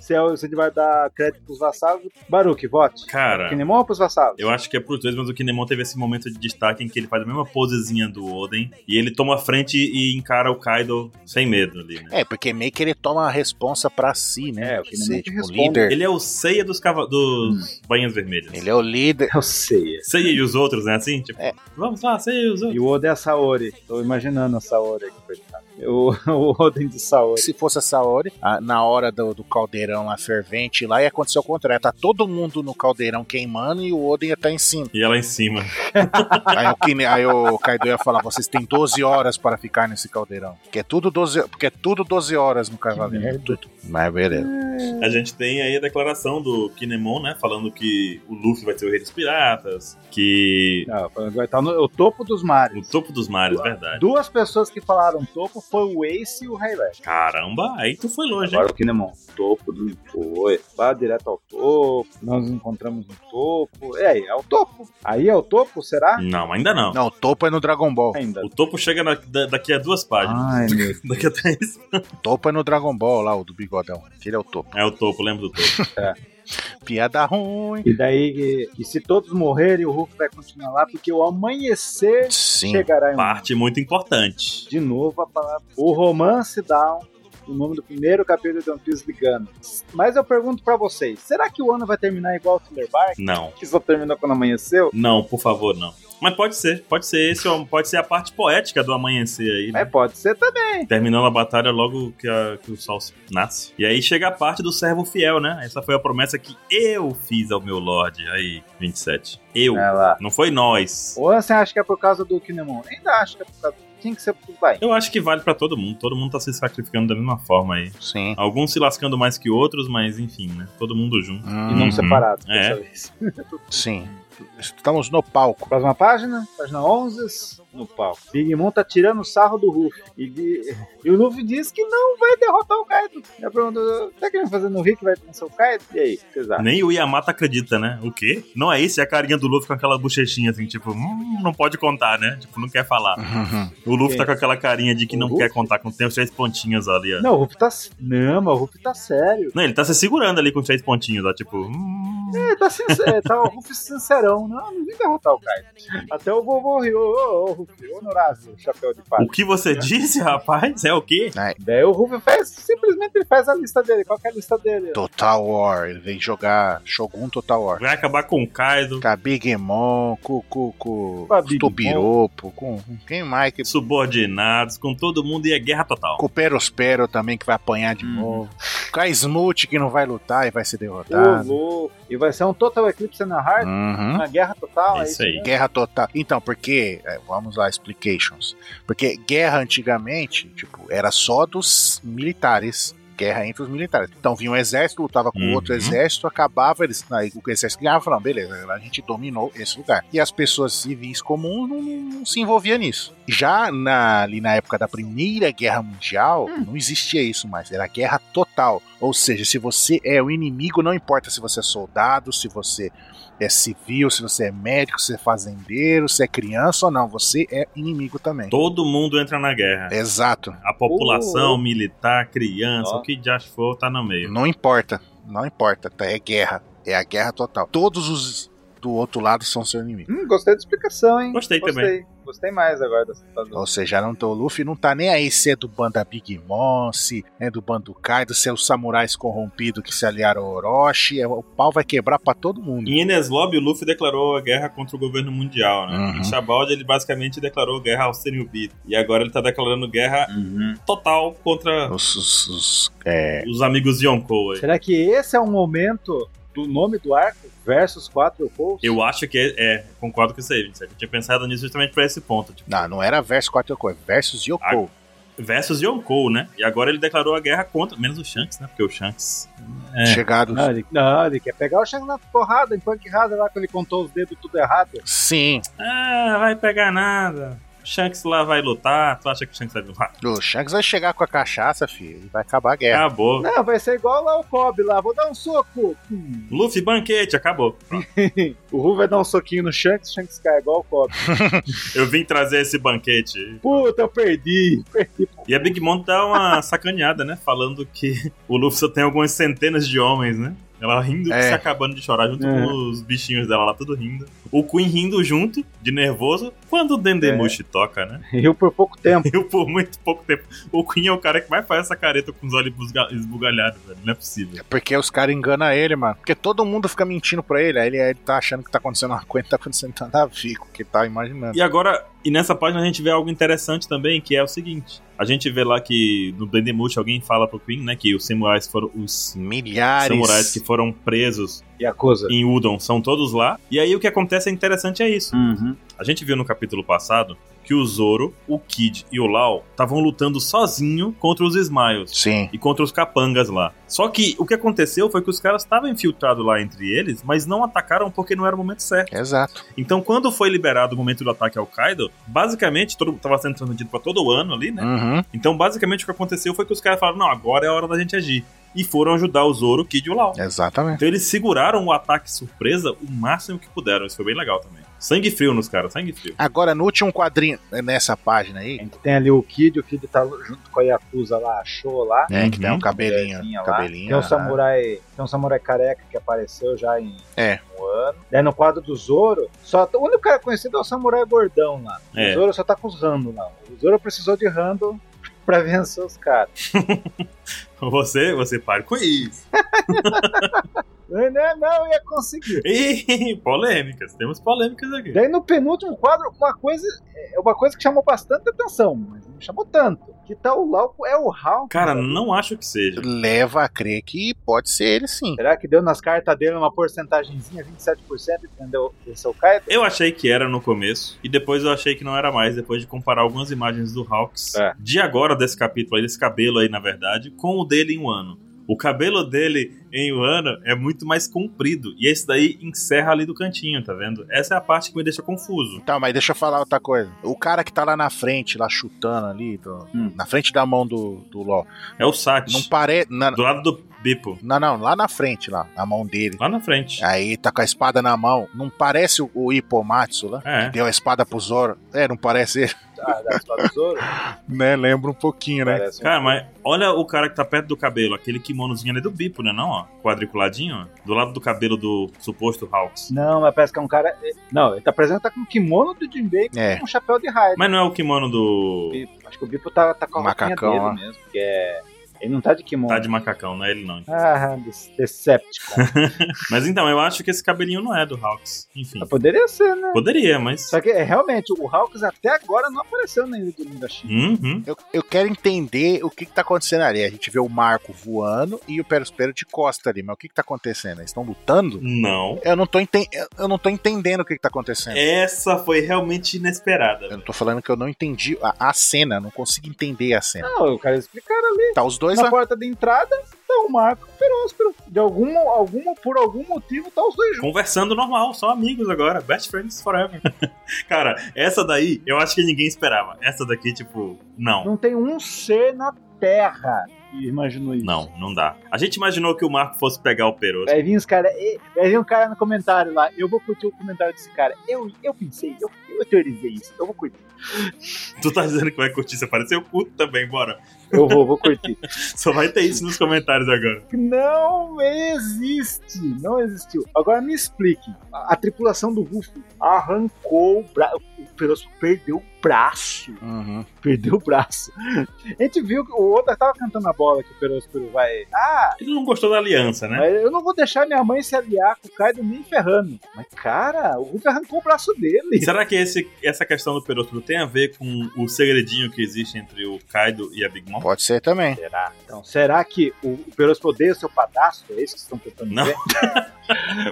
[SPEAKER 1] se, é, o- se a gente vai dar crédito pros vassalos, Baruque, vote.
[SPEAKER 2] Cara,
[SPEAKER 1] Kinemon ou pros vassalos?
[SPEAKER 2] É. eu acho que é pros dois, mas o Kinemon teve esse momento de destaque em que ele faz a mesma posezinha do Oden e ele toma a frente e encara o Kaido sem medo ali, né?
[SPEAKER 3] É, porque meio que ele toma a responsa pra si, né?
[SPEAKER 1] É, o que ele
[SPEAKER 3] Ser,
[SPEAKER 1] meio que
[SPEAKER 3] tipo,
[SPEAKER 1] responde.
[SPEAKER 3] líder.
[SPEAKER 2] Ele é o ceia dos, cava... dos bainhas vermelhas.
[SPEAKER 3] Ele é o líder.
[SPEAKER 1] Eu sei.
[SPEAKER 2] Ceia e os outros, né? Assim, tipo,
[SPEAKER 3] É.
[SPEAKER 2] vamos lá, ceia e os outros.
[SPEAKER 1] E o Oda é a Saori. Tô imaginando a Saori aqui, coitado. o, o Oden de Saori.
[SPEAKER 3] Se fosse a Saori, a- na hora do, do caldeirão lá fervente lá, ia acontecer o contrário. Tá todo mundo no caldeirão queimando e o Oden ia estar em cima.
[SPEAKER 2] E ela em cima.
[SPEAKER 3] Aí o, Kine, aí o Kaido ia falar: vocês têm 12 horas para ficar nesse caldeirão. Porque é tudo 12, porque é tudo 12 horas no
[SPEAKER 1] merda.
[SPEAKER 3] cavalinho. Tudo. Mas beleza.
[SPEAKER 2] A gente tem aí a declaração do Kinemon, né? Falando que o Luffy vai ser o rei dos piratas, que
[SPEAKER 1] Ah, vai estar no o topo dos mares.
[SPEAKER 2] o topo dos mares, verdade.
[SPEAKER 1] Duas pessoas que falaram topo foi o Ace e o Rayleigh.
[SPEAKER 2] Caramba, aí tu foi longe, hein?
[SPEAKER 1] Agora o Kinemon, topo do foi, vá direto ao topo, nós nos encontramos no topo. E aí, é o topo. Aí é o topo, será?
[SPEAKER 2] Não, ainda não.
[SPEAKER 3] Não, o topo é no Dragon Ball.
[SPEAKER 1] Ainda.
[SPEAKER 2] O topo chega na- da- daqui a duas páginas.
[SPEAKER 1] Ai, meu
[SPEAKER 2] Daqui a três.
[SPEAKER 3] O topo é no Dragon Ball lá, o do bigodão. Aquele é o topo.
[SPEAKER 2] É o topo, lembra do topo.
[SPEAKER 3] Piada ruim.
[SPEAKER 1] E daí, que- que se todos morrerem, o Hulk vai continuar lá, porque o amanhecer
[SPEAKER 3] Sim.
[SPEAKER 1] chegará em um.
[SPEAKER 2] Parte muito importante.
[SPEAKER 1] De novo a palavra. O romance down, o nome do primeiro capítulo de One Piece ligando. Mas eu pergunto pra vocês: será que o ano vai terminar igual o Thriller Bark?
[SPEAKER 2] Não.
[SPEAKER 1] Que só terminou quando amanheceu?
[SPEAKER 2] Não, por favor, não. Mas pode ser, pode ser esse, ó, pode ser a parte poética do amanhecer aí, né?
[SPEAKER 1] Mas pode ser também.
[SPEAKER 2] Terminando a batalha logo que, a- que o sol nasce. E aí chega a parte do servo fiel, né? Essa foi a promessa que eu fiz ao meu Lorde. Aí, 27. Eu.
[SPEAKER 1] Olha lá.
[SPEAKER 2] Não foi nós.
[SPEAKER 1] O Ansem acha que é por causa do Kinemon. Ainda acho que é por causa do Tinha que ser por Vai.
[SPEAKER 2] Eu acho que vale pra todo mundo. Todo mundo tá se sacrificando da mesma forma aí.
[SPEAKER 3] Sim.
[SPEAKER 2] Alguns se lascando mais que outros, mas enfim, né? Todo mundo junto.
[SPEAKER 1] E não
[SPEAKER 3] Hum,
[SPEAKER 1] separado
[SPEAKER 2] É.
[SPEAKER 1] dessa vez.
[SPEAKER 3] Sim. Estamos no palco.
[SPEAKER 1] Próxima página, página 11. No palco. Big Mom tá tirando o sarro do Ruff. E, de- e o Luffy diz que não vai derrotar o Kaido. Eu pergunto, o que tá querendo fazer no Rick vai vencer o Kaido? E aí, o que vocês acham?
[SPEAKER 2] Nem o Yamato acredita, né? O quê? Não é esse? É a carinha do Luffy com aquela bochechinha assim, tipo, hum, não pode contar, né? Tipo, não quer falar.
[SPEAKER 3] Uhum.
[SPEAKER 2] O Luffy
[SPEAKER 1] Quem?
[SPEAKER 2] tá com aquela carinha de que
[SPEAKER 1] O
[SPEAKER 2] não
[SPEAKER 1] Luffy?
[SPEAKER 2] quer contar com tem os três pontinhos ali, ó. Não.
[SPEAKER 1] Não, o Ruff tá. Não, mas o Ruff tá sério.
[SPEAKER 2] ele tá se segurando ali com os três pontinhos, ó. Tipo, hum.
[SPEAKER 1] É, tá, sincero, tá o Ruff sincerão. Não, não vim derrotar o Kaido. Até o vovô riu. Ô, ô, Ruff, honorável, chapéu de palha.
[SPEAKER 2] o que você disse, rapaz? É o quê?
[SPEAKER 3] Né?
[SPEAKER 1] Daí o Ruff faz, simplesmente ele faz a lista dele. Qual que é a lista dele?
[SPEAKER 3] Total War. Ele veio jogar Shogun Total War.
[SPEAKER 2] Vai acabar com o Kaido,
[SPEAKER 3] Com a Big Mom, com, com, com,
[SPEAKER 1] Com a Big
[SPEAKER 3] Tubiropo, com, com quem mais? Que,
[SPEAKER 2] subordinados, com todo mundo e é guerra total.
[SPEAKER 3] com o Perospero também, que vai apanhar de
[SPEAKER 2] Hum.
[SPEAKER 3] novo. Com a Smooth, que não vai lutar e vai ser
[SPEAKER 1] Ô,
[SPEAKER 3] derrotado.
[SPEAKER 1] louco. E vai ser um total eclipse na hard,
[SPEAKER 3] Uhum.
[SPEAKER 1] uma guerra total.
[SPEAKER 2] É
[SPEAKER 1] é
[SPEAKER 2] isso aí.
[SPEAKER 1] mesmo?
[SPEAKER 3] Guerra total. Então, porque. é, Vamos lá, explications. Porque guerra antigamente, tipo, era só dos militares. Guerra entre os militares. Então vinha um exército, lutava com
[SPEAKER 2] Uhum.
[SPEAKER 3] outro exército, acabava, eles, aí o exército ganhava e falava, beleza, a gente dominou esse lugar. E as pessoas civis comuns não, não- não se envolviam nisso. Já na- ali na época da Primeira Guerra Mundial,
[SPEAKER 2] Hum.
[SPEAKER 3] não existia isso mais. Era guerra total. Ou seja, se você é o inimigo, não importa se você é soldado, se você é civil, se você é médico, se você é fazendeiro, se é criança ou não, você é inimigo também.
[SPEAKER 2] Todo mundo entra na guerra.
[SPEAKER 3] Exato.
[SPEAKER 2] A população,
[SPEAKER 1] Oh.
[SPEAKER 2] militar, criança,
[SPEAKER 1] Ó.
[SPEAKER 2] o que já for, tá no meio.
[SPEAKER 3] Não importa. Não importa. tá? É guerra. É a guerra total. Todos os do outro lado são seu inimigo.
[SPEAKER 1] Hum, gostei da explicação, hein?
[SPEAKER 2] Gostei
[SPEAKER 1] Gostei, Gostei mais agora dessa
[SPEAKER 3] Ou seja, não tô, o Luffy não tá nem aí se é do bando da Big Mom, se é do bando do Kaido, se é os samurais corrompidos que se aliaram ao Orochi. é- o pau vai quebrar pra todo mundo.
[SPEAKER 2] Em Enes Lobby, o Luffy declarou a guerra contra o governo mundial, né?
[SPEAKER 3] Uhum.
[SPEAKER 2] Em Chabaldi, ele basicamente declarou guerra ao Senhubit. E agora ele tá declarando guerra total contra
[SPEAKER 3] Os, os- os- é,
[SPEAKER 2] os amigos Yonkou aí.
[SPEAKER 1] Será que esse é o momento do nome do arco versus quatro Yokos?
[SPEAKER 2] Eu acho que é, é, concordo com isso aí, 27. Eu tinha pensado nisso justamente pra esse ponto. Tipo,
[SPEAKER 3] não, não era verso 4 Yoko, é versus
[SPEAKER 2] Ah,
[SPEAKER 3] Yoko.
[SPEAKER 2] versus Yonkou, né? E agora ele declarou a guerra contra. Menos o Shanks, né? Porque o Shanks. é.
[SPEAKER 3] Chegados.
[SPEAKER 1] Não ele, não, ele quer pegar o Shanks na porrada, em Punk Hazard lá que ele contou os dedos tudo errado.
[SPEAKER 3] Sim,
[SPEAKER 2] Ah, vai pegar nada. O Shanks lá vai lutar. Tu acha que o Shanks vai lutar?
[SPEAKER 3] o Shanks vai chegar com a cachaça, filho, e vai acabar a guerra.
[SPEAKER 2] Acabou.
[SPEAKER 1] Não, vai ser igual lá o Kobe lá, vou dar um soco. Hum.
[SPEAKER 2] Luffy, banquete, acabou. Pronto.
[SPEAKER 1] O Ru vai dar um soquinho no Shanks, o Shanks cai igual o Kobe.
[SPEAKER 2] Eu vim trazer esse banquete.
[SPEAKER 1] Puta, eu perdi.
[SPEAKER 2] E a Big Mom dá uma sacaneada, né? Falando que o Luffy só tem algumas centenas de homens, né? Ela rindo,
[SPEAKER 3] É.
[SPEAKER 2] se acabando de chorar junto
[SPEAKER 1] É.
[SPEAKER 2] com os bichinhos dela lá, tudo rindo. O Queen rindo junto, de nervoso, quando o Dendemushi toca, né?
[SPEAKER 1] Riu por pouco tempo.
[SPEAKER 2] Eu, por muito pouco tempo. O Queen é o cara que mais faz essa careta com os olhos busga- esbugalhados, velho. Não é possível.
[SPEAKER 3] Porque os caras enganam ele, mano. Porque todo mundo fica mentindo pra ele. Aí ele, aí ele tá achando que tá acontecendo uma coisa, tá acontecendo nada a ver com o que ele tá imaginando.
[SPEAKER 2] E agora, e nessa página a gente vê algo interessante também, que é o seguinte: a A gente vê lá que no Blendemush alguém fala pro Queen, né, que os samurais foram os
[SPEAKER 3] Milhares.
[SPEAKER 2] samurais que foram presos
[SPEAKER 1] E a coisa.
[SPEAKER 2] em Udon são todos lá. E aí o que acontece é interessante é isso.
[SPEAKER 1] Uhum.
[SPEAKER 2] A gente viu no capítulo passado que o Zoro, o Kid e o Lau estavam lutando sozinho contra os Smiles
[SPEAKER 3] Sim.
[SPEAKER 2] e contra os capangas lá. Só que o que aconteceu foi que os caras estavam infiltrados lá entre eles, mas não atacaram porque não era o momento certo.
[SPEAKER 3] Exato.
[SPEAKER 2] Então, quando foi liberado o momento do ataque ao Kaido, basicamente todo, tava sendo transmitido pra todo ano ali, né?
[SPEAKER 3] Uhum.
[SPEAKER 2] Então, basicamente o que aconteceu foi que os caras falaram: não, agora é a hora da gente agir. E foram ajudar o Zoro, o Kid e o Lau.
[SPEAKER 3] Exatamente.
[SPEAKER 2] Então, eles seguraram o ataque surpresa o máximo que puderam. Isso foi bem legal também. Sangue frio nos caras, sangue frio.
[SPEAKER 3] Agora, no último quadrinho, nessa página aí,
[SPEAKER 1] A gente tem ali o Kid, o Kid tá junto com a Yakuza lá, achou lá.
[SPEAKER 3] né, que tem um
[SPEAKER 2] Uhum.
[SPEAKER 3] cabelinho,
[SPEAKER 1] Mulherzinha lá.
[SPEAKER 3] cabelinho.
[SPEAKER 1] Tem um
[SPEAKER 3] aham.
[SPEAKER 1] samurai, tem um samurai careca que apareceu já em
[SPEAKER 3] É.
[SPEAKER 1] um ano. Daí no quadro do Zoro, só o único cara conhecido é o samurai gordão lá. O
[SPEAKER 2] É.
[SPEAKER 1] Zoro só tá com os Rando lá. O Zoro precisou de Rando pra vencer os caras.
[SPEAKER 2] Você, você pare com isso.
[SPEAKER 1] Não, não, não ia conseguir.
[SPEAKER 2] Ih, polêmicas. Temos polêmicas aqui.
[SPEAKER 1] Daí no penúltimo quadro, uma coisa é uma coisa que chamou bastante atenção, mas não chamou tanto. Que tal o Lauco é o Hal?
[SPEAKER 2] Cara, não acho que seja.
[SPEAKER 3] Leva a crer que pode ser ele sim.
[SPEAKER 1] Será que deu nas cartas dele uma porcentagemzinha, 27%, entendeu? Esse é o Kaido?
[SPEAKER 2] Eu achei que era no começo, e depois eu achei que não era mais, depois de comparar algumas imagens do Hawks
[SPEAKER 1] É.
[SPEAKER 2] de agora, desse capítulo aí, desse cabelo aí, na verdade, com o dele em um ano. O cabelo dele em um ano é muito mais comprido, e esse daí encerra ali do cantinho, tá vendo? Essa é a parte que me deixa confuso.
[SPEAKER 3] Tá, mas deixa eu falar outra coisa. O cara que tá lá na frente, lá chutando ali, do-
[SPEAKER 1] Hum.
[SPEAKER 3] na frente da mão do, do LOL,
[SPEAKER 2] É o Sati,
[SPEAKER 3] não parece. Não,
[SPEAKER 2] do lado do Bipo,
[SPEAKER 3] não, não, lá na frente, lá, na mão dele.
[SPEAKER 2] lá na frente.
[SPEAKER 3] Aí tá com a espada na mão. Não parece o, o Hippomatsu lá?
[SPEAKER 2] É.
[SPEAKER 3] Deu a espada pro Zoro. É, não parece ele?
[SPEAKER 1] Ah, da espada do Zoro?
[SPEAKER 3] Né, lembra um pouquinho, né?
[SPEAKER 1] Parece um
[SPEAKER 2] Cara, mas olha o cara que tá perto do cabelo, aquele kimonozinho ali do Bipo, né não, ó? Quadriculadinho, ó. Do lado do cabelo do suposto Hawks.
[SPEAKER 1] Não, mas parece que é um cara. Não, ele tá apresentando tá com um kimono do Jinbei e
[SPEAKER 3] É.
[SPEAKER 1] com um chapéu de raio.
[SPEAKER 2] Mas não é o kimono do...
[SPEAKER 1] Bipo. Acho que o Bipo tá, tá com a roupinha
[SPEAKER 3] Macacão,
[SPEAKER 1] dele
[SPEAKER 3] ó.
[SPEAKER 1] mesmo, que é. Ele não tá de kimono.
[SPEAKER 2] Tá de macacão, não é ele não.
[SPEAKER 1] Ah, de- Decepticon.
[SPEAKER 2] Mas então, eu acho que esse cabelinho não é do Hawks. Enfim,
[SPEAKER 1] Mas Poderia ser, né?
[SPEAKER 2] poderia, mas.
[SPEAKER 1] Só que é, realmente, o Hawks até agora não apareceu nem do Domingo da China.
[SPEAKER 2] Uhum.
[SPEAKER 3] Eu, eu quero entender o que, que tá acontecendo ali. A gente vê o Marco voando e o Perospero de costa ali. Mas o que, que tá acontecendo? Eles estão lutando?
[SPEAKER 2] Não.
[SPEAKER 3] Eu não, tô enten- eu- eu não tô entendendo o que, que tá acontecendo.
[SPEAKER 2] Essa foi realmente inesperada.
[SPEAKER 3] Eu
[SPEAKER 2] velho.
[SPEAKER 3] não tô falando que eu não entendi a, a cena, não consigo entender a cena.
[SPEAKER 1] Não, o cara explicaram ali.
[SPEAKER 3] Tá os dois
[SPEAKER 1] Na
[SPEAKER 3] lá.
[SPEAKER 1] porta de entrada, tá o Marco e o Peróspero. De algum, algum, por algum motivo, tá os dois juntos.
[SPEAKER 2] Conversando normal, só amigos agora. Best friends forever. Cara, essa daí eu acho que ninguém esperava. Essa daqui, tipo, não.
[SPEAKER 1] Não tem um ser na Terra que imaginou isso.
[SPEAKER 2] Não, não dá. A gente imaginou que o Marco fosse pegar o Peroso.
[SPEAKER 1] Vai vir os cara, e- vai vir um cara no comentário lá. Eu vou curtir o comentário desse cara. Eu, eu pensei, eu, eu teorizei isso. Eu vou curtir.
[SPEAKER 2] Tu tá dizendo que vai curtir, você pareceu puto também, bora.
[SPEAKER 1] Eu vou, vou curtir.
[SPEAKER 2] Só vai ter isso nos comentários agora.
[SPEAKER 1] não existe, não existiu. Agora me explique. A, a tripulação do Ruffy arrancou o braço. O Perosso perdeu o braço.
[SPEAKER 3] Uhum.
[SPEAKER 1] Perdeu o braço. A gente viu que o outro tava cantando a bola que o Perosso vai. Ah,
[SPEAKER 2] Ele não gostou da aliança, né?
[SPEAKER 1] mas eu não vou deixar minha mãe se aliar com o Kaido nem ferrando. Mas cara, o Ruffy arrancou o braço dele.
[SPEAKER 2] Será que esse- essa questão do Peroto tem a ver com o segredinho que existe entre o Kaido e a Big Mom?
[SPEAKER 3] Pode ser também.
[SPEAKER 1] Será? Então, será que o, o Peroso odeia o seu padastro? É isso que vocês estão tentando
[SPEAKER 2] Não.
[SPEAKER 1] dizer?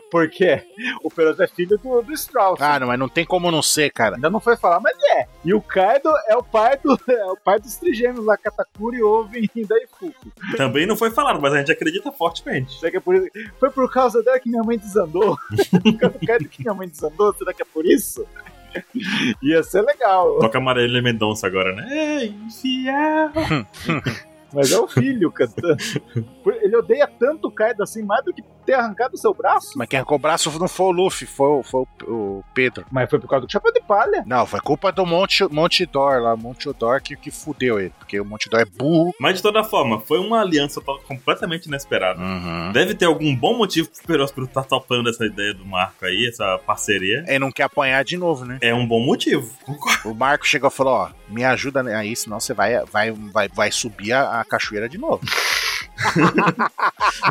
[SPEAKER 1] Porque o Peroso é filho do, do Strauss.
[SPEAKER 3] Ah, não, mas não tem como não ser, cara.
[SPEAKER 1] Ainda não foi falar, mas é. E o Kaido é o pai, do, é o pai dos trigêmeos lá, Katakuri, Oven e Daifuku.
[SPEAKER 2] Também não foi falado, mas a gente acredita fortemente.
[SPEAKER 1] Será que é por isso? Foi por causa dela que minha mãe desandou? Por causa do Kaido que minha mãe desandou? Será que é por isso? Ia ser legal.
[SPEAKER 2] Toca Marília Mendonça agora, né? Ei, fiel.
[SPEAKER 1] Mas é o filho cantando. Ele odeia tanto o Kaido assim, mais do que ter arrancado o seu braço.
[SPEAKER 3] Mas quem arrancou o braço não foi o Luffy, foi, o- foi o, o Pedro.
[SPEAKER 1] Mas foi por causa do chapéu de palha.
[SPEAKER 3] Não, foi culpa do Monte, Monte Dor lá, Monte Dor que, que fudeu ele, porque o Monte Dor é burro.
[SPEAKER 2] Mas de toda forma, foi uma aliança to- completamente inesperada.
[SPEAKER 3] Uhum.
[SPEAKER 2] Deve ter algum bom motivo pro Peróspero tá topando essa ideia do Marco aí, essa parceria.
[SPEAKER 3] Ele não quer apanhar de novo, né?
[SPEAKER 2] É um bom motivo. Concordo.
[SPEAKER 3] O Marco chegou e falou: ó, me ajuda aí, senão você vai, vai, vai, vai subir a, a cachoeira de novo.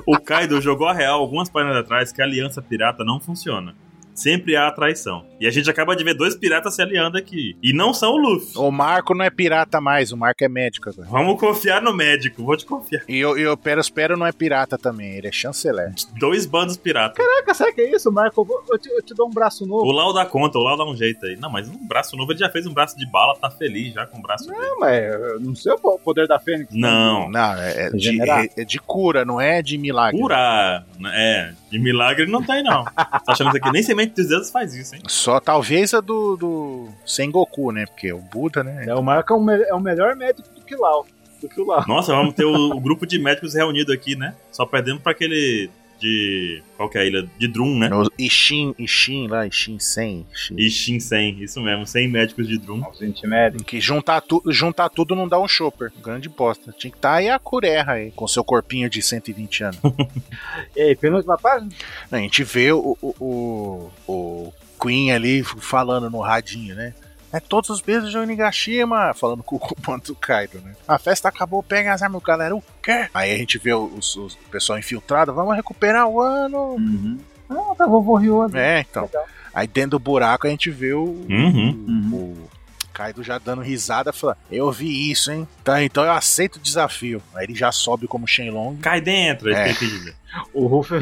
[SPEAKER 2] O Kaido jogou a real algumas páginas atrás que a aliança pirata não funciona. Sempre há traição. E a gente acaba de ver dois piratas se aliando aqui. E não são o Luffy.
[SPEAKER 3] O Marco não é pirata mais, o Marco é médico agora.
[SPEAKER 2] Vamos confiar no médico, vou te confiar.
[SPEAKER 3] E o, e o Peros Pero não é pirata também, ele é chanceler.
[SPEAKER 2] Dois bandos piratas.
[SPEAKER 1] Caraca, sabe que é isso, Marco? Eu, vou- eu te, eu te dou um braço novo.
[SPEAKER 2] O Lau dá conta, o Lau dá um jeito aí. Não, mas um braço novo, ele já fez um braço de bala, tá feliz já com o braço dele.
[SPEAKER 1] Não, mas eu não sei o poder da Fênix.
[SPEAKER 2] Não,
[SPEAKER 3] Não, é, é de,
[SPEAKER 1] Regenerar.
[SPEAKER 3] é- é de cura, não é de milagre.
[SPEAKER 2] curar. É, de milagre não tem não. tá achando isso aqui? Nem semente dos deuses faz isso, hein?
[SPEAKER 3] Só talvez a do, do Sengoku, né? Porque o Buda, né?
[SPEAKER 1] É, o Marco é o, me- é o melhor médico do que o Lau. Do que o Lau.
[SPEAKER 2] Nossa, vamos ter o, o grupo de médicos reunido aqui, né? Só perdemos pra aquele de... Qual que é a ilha? De Drum, né?
[SPEAKER 3] No Ishin, Ishin lá, Ishin Sen. Ishin.
[SPEAKER 2] E Shinsen, isso mesmo, 100 médicos de Drum.
[SPEAKER 1] Ausente médico.
[SPEAKER 3] Que juntar, tu, juntar tudo não dá um chopper. Grande bosta. Tinha que estar aí a Curerra aí, com seu corpinho de 120 anos.
[SPEAKER 1] E aí, penúltima página?
[SPEAKER 3] a gente vê o, o, o, o Queen ali falando no radinho, né? É todos os beijos de Onigashima, falando com o comando do Kaido, né? A festa acabou, pega as armas, galera, o quê? Aí a gente vê os, os- o pessoal infiltrado, vamos recuperar o ano.
[SPEAKER 1] Uhum. Ah, tá, vovô Ryu. né?
[SPEAKER 3] É, então.
[SPEAKER 1] Legal.
[SPEAKER 3] Aí dentro do buraco a gente vê o,
[SPEAKER 2] Uhum.
[SPEAKER 1] Uhum.
[SPEAKER 3] o Kaido já dando risada, falando, eu vi isso, hein? Tá, então eu aceito o desafio. Aí ele já sobe como Shenlong.
[SPEAKER 2] Cai dentro, é.
[SPEAKER 3] É.
[SPEAKER 2] isso que eu quis dizer.
[SPEAKER 1] O Ruff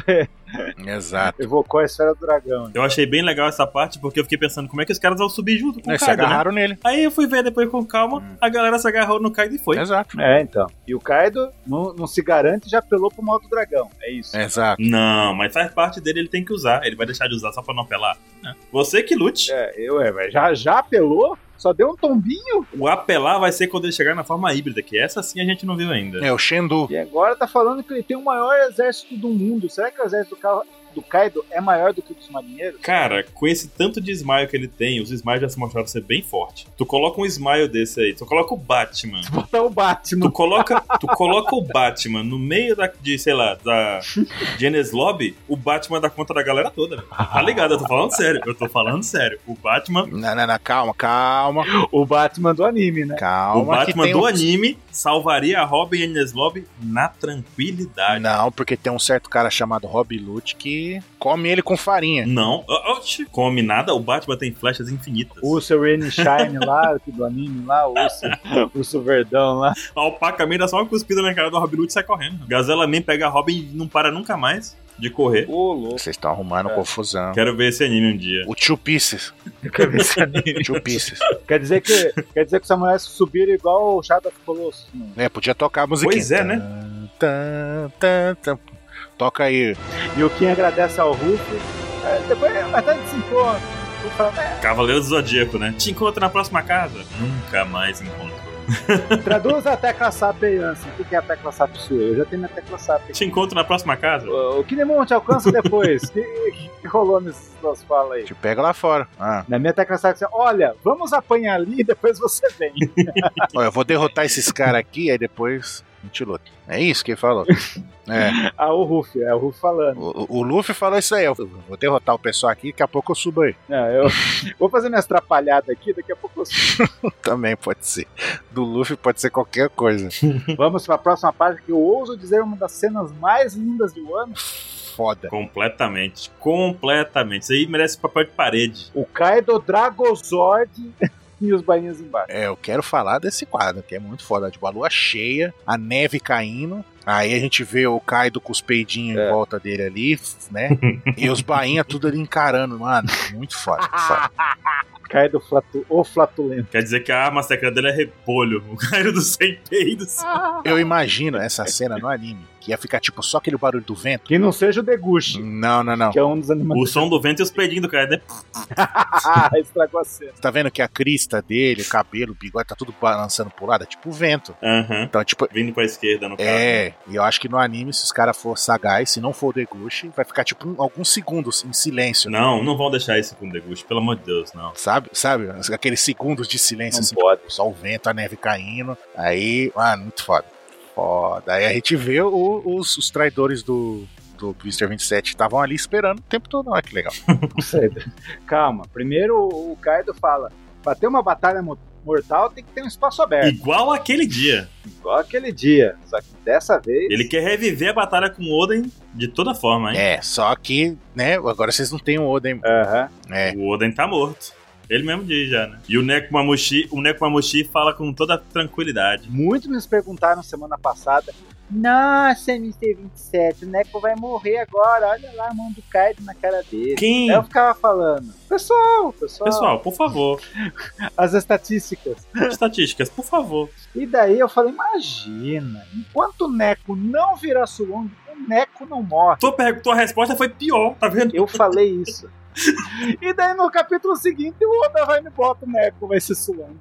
[SPEAKER 3] Exato.
[SPEAKER 1] evocou a esfera do dragão.
[SPEAKER 2] Eu achei bem legal essa parte, porque eu fiquei pensando como é que os caras vão subir junto com
[SPEAKER 3] Aí
[SPEAKER 2] o
[SPEAKER 3] se
[SPEAKER 2] Kaido, né?
[SPEAKER 3] agarraram nele.
[SPEAKER 2] Aí eu fui ver depois com calma, a galera se agarrou no Kaido e foi.
[SPEAKER 3] Exato.
[SPEAKER 1] É, então. E o Kaido não, não se garante e já apelou pro mal do dragão. É isso.
[SPEAKER 3] Exato.
[SPEAKER 2] Não, mas faz parte dele, ele tem que usar. Ele vai deixar de usar só pra não apelar? Não. Você que lute.
[SPEAKER 1] É, eu, é, mas já, já apelou? Só deu um tombinho?
[SPEAKER 2] O apelar vai ser quando ele chegar na forma híbrida, que essa sim a gente não viu ainda.
[SPEAKER 3] É o Shendu.
[SPEAKER 1] E agora tá falando que ele tem o maior exército do mundo. Será que o exército do, Ka- do Kaido é maior do que o dos marinheiros?
[SPEAKER 2] Cara, com esse tanto de smile que ele tem, os smiles já se mostraram ser bem forte. Tu coloca um smile desse aí, tu coloca o Batman.
[SPEAKER 1] Botar Então o
[SPEAKER 2] Tu
[SPEAKER 1] Batman.
[SPEAKER 2] coloca, tu coloca o Batman no meio da, de, sei lá, da Genes Lobby, o Batman dá conta da galera toda. velho. Tá ligado? Eu tô falando sério. Eu tô falando sério. O Batman,
[SPEAKER 3] Não, não, não, calma, calma,
[SPEAKER 1] O Batman do anime, né?
[SPEAKER 3] calma.
[SPEAKER 2] o Batman
[SPEAKER 3] que tem
[SPEAKER 2] do
[SPEAKER 3] um-
[SPEAKER 2] anime salvaria a Robin e a Genes Lobby na tranquilidade.
[SPEAKER 3] Não, porque tem um certo cara chamado Rob Lute que come ele com farinha.
[SPEAKER 2] Não, oxi, come nada, o Batman tem flechas infinitas.
[SPEAKER 1] O seu Rain Shine lá, o do anime lá, o urso, o urso verdão lá.
[SPEAKER 2] A alpaca Man dá só uma cuspida na cara do Robin Hood e sai correndo. Gazela Man pega a Robin e não para nunca mais de correr.
[SPEAKER 1] Ô, louco.
[SPEAKER 3] Vocês estão arrumando
[SPEAKER 1] É.
[SPEAKER 3] confusão.
[SPEAKER 2] Quero ver esse anime um dia.
[SPEAKER 3] O Two Pieces.
[SPEAKER 1] Quer, ver esse anime?
[SPEAKER 3] Two Pieces.
[SPEAKER 1] quer, dizer que, quer dizer que os samurais subiram igual o Shadow of the Colossus. né?
[SPEAKER 3] né, podia tocar a musiquinha.
[SPEAKER 2] Pois é, né?
[SPEAKER 3] Tan, tan, tan. Toca aí.
[SPEAKER 1] E o Kim agradece ao Ruff. É, Depois, é, mas antes se encontra. Ele fala, "É,
[SPEAKER 2] Cavaleiro do Zodíaco, né? Te encontro na próxima casa. Nunca mais encontro.
[SPEAKER 1] "É, Traduz a tecla SAP aí, Ansem. O que que é a tecla SAP sua? Eu já tenho minha tecla SAP.
[SPEAKER 2] Te encontro na próxima casa.
[SPEAKER 1] O o Kinemon te alcança depois. O que, que- que rolou nessas falas aí?
[SPEAKER 3] Te pega lá fora. Ah.
[SPEAKER 1] Na minha tecla SAP, você, olha, vamos apanhar ali e depois você vem.
[SPEAKER 3] Ó, eu vou derrotar esses caras aqui, aí depois a gente luta. É isso que ele falou. É,
[SPEAKER 1] ah, o Ruff, é o Ruff falando.
[SPEAKER 3] o, o Luffy falou isso aí. Eu vou derrotar o pessoal aqui, daqui a pouco eu subo aí.
[SPEAKER 1] Não, É, eu vou fazer minhas atrapalhadas aqui, daqui a pouco eu
[SPEAKER 3] Também pode ser. Do Luffy pode ser qualquer coisa.
[SPEAKER 1] Vamos para a próxima página, que eu ouso dizer uma das cenas mais lindas do ano.
[SPEAKER 3] Foda.
[SPEAKER 2] Completamente. Completamente. Isso aí merece papel de parede.
[SPEAKER 1] O Kaido Dragozord e os bainhas embaixo.
[SPEAKER 3] É, eu quero falar desse quadro, que é muito foda. Tipo, a lua cheia, a neve caindo. Aí a gente vê o Kaido com os peidinhos
[SPEAKER 1] É.
[SPEAKER 3] em volta dele ali, né? e os bainha tudo ali encarando, mano. Muito foda. foda.
[SPEAKER 1] Kaido flatu o flatulento.
[SPEAKER 2] Quer dizer que a arma secreta dele é repolho. O cara do sem peidos.
[SPEAKER 3] Eu imagino essa cena no anime, que ia ficar tipo só aquele barulho do vento.
[SPEAKER 1] Que não seja o Deguchi,
[SPEAKER 3] Não, não, não.
[SPEAKER 1] que é um dos
[SPEAKER 2] O
[SPEAKER 1] animais.
[SPEAKER 2] som do vento e os peidinhos do cara, né?
[SPEAKER 1] Ah, estragou a cena.
[SPEAKER 3] Tá vendo que a crista dele, o cabelo, o bigode, tá tudo balançando pro lado, é tipo vento.
[SPEAKER 2] Aham.
[SPEAKER 3] Então, tipo,
[SPEAKER 2] Vindo pra esquerda, no caso.
[SPEAKER 3] É, e eu acho que no anime, se os caras for sagaz, se não for o Deguchi, vai ficar tipo um- alguns segundos em silêncio, né?
[SPEAKER 2] Não, não vão deixar isso com o Deguchi, pelo amor de Deus, não.
[SPEAKER 3] Sabe? Sabe? Aqueles segundos de silêncio,
[SPEAKER 1] Não
[SPEAKER 3] assim,
[SPEAKER 1] pode.
[SPEAKER 3] tipo, só o vento, a neve caindo. Aí, mano, muito foda. Foda. Aí a gente vê o- os, os traidores do, do Mr. 27 estavam ali esperando o tempo todo. Olha que legal.
[SPEAKER 1] Não sei. Calma. Primeiro o o Kaido fala: pra ter uma batalha mo- mortal tem que ter um espaço aberto,
[SPEAKER 2] Igual aquele dia.
[SPEAKER 1] igual aquele dia. Só que dessa vez.
[SPEAKER 2] Ele quer reviver a batalha com o Oden de toda forma, hein?
[SPEAKER 3] É, só que, né, agora vocês não têm o Oden.
[SPEAKER 1] Aham.
[SPEAKER 3] É,
[SPEAKER 2] O Oden tá morto. Ele mesmo diz já, né? E o Nekomamushi, o Nekomamushi fala com toda tranquilidade.
[SPEAKER 1] Muitos nos perguntaram semana passada. Nossa, MC27, o Neco vai morrer agora. Olha lá a mão do Kaido na cara dele.
[SPEAKER 2] Quem?
[SPEAKER 1] Aí
[SPEAKER 3] É
[SPEAKER 1] Eu ficava falando, pessoal, pessoal,
[SPEAKER 2] Pessoal, por favor.
[SPEAKER 1] as estatísticas.
[SPEAKER 2] Estatísticas, por favor.
[SPEAKER 1] E daí eu falei, imagina, enquanto o Neco não virar Suong, o Neco não morre.
[SPEAKER 2] Tua, per- tua resposta foi pior, tá vendo?
[SPEAKER 1] Eu falei isso. e daí no capítulo seguinte, o Oda vai me bota o Neco, vai ser Suong.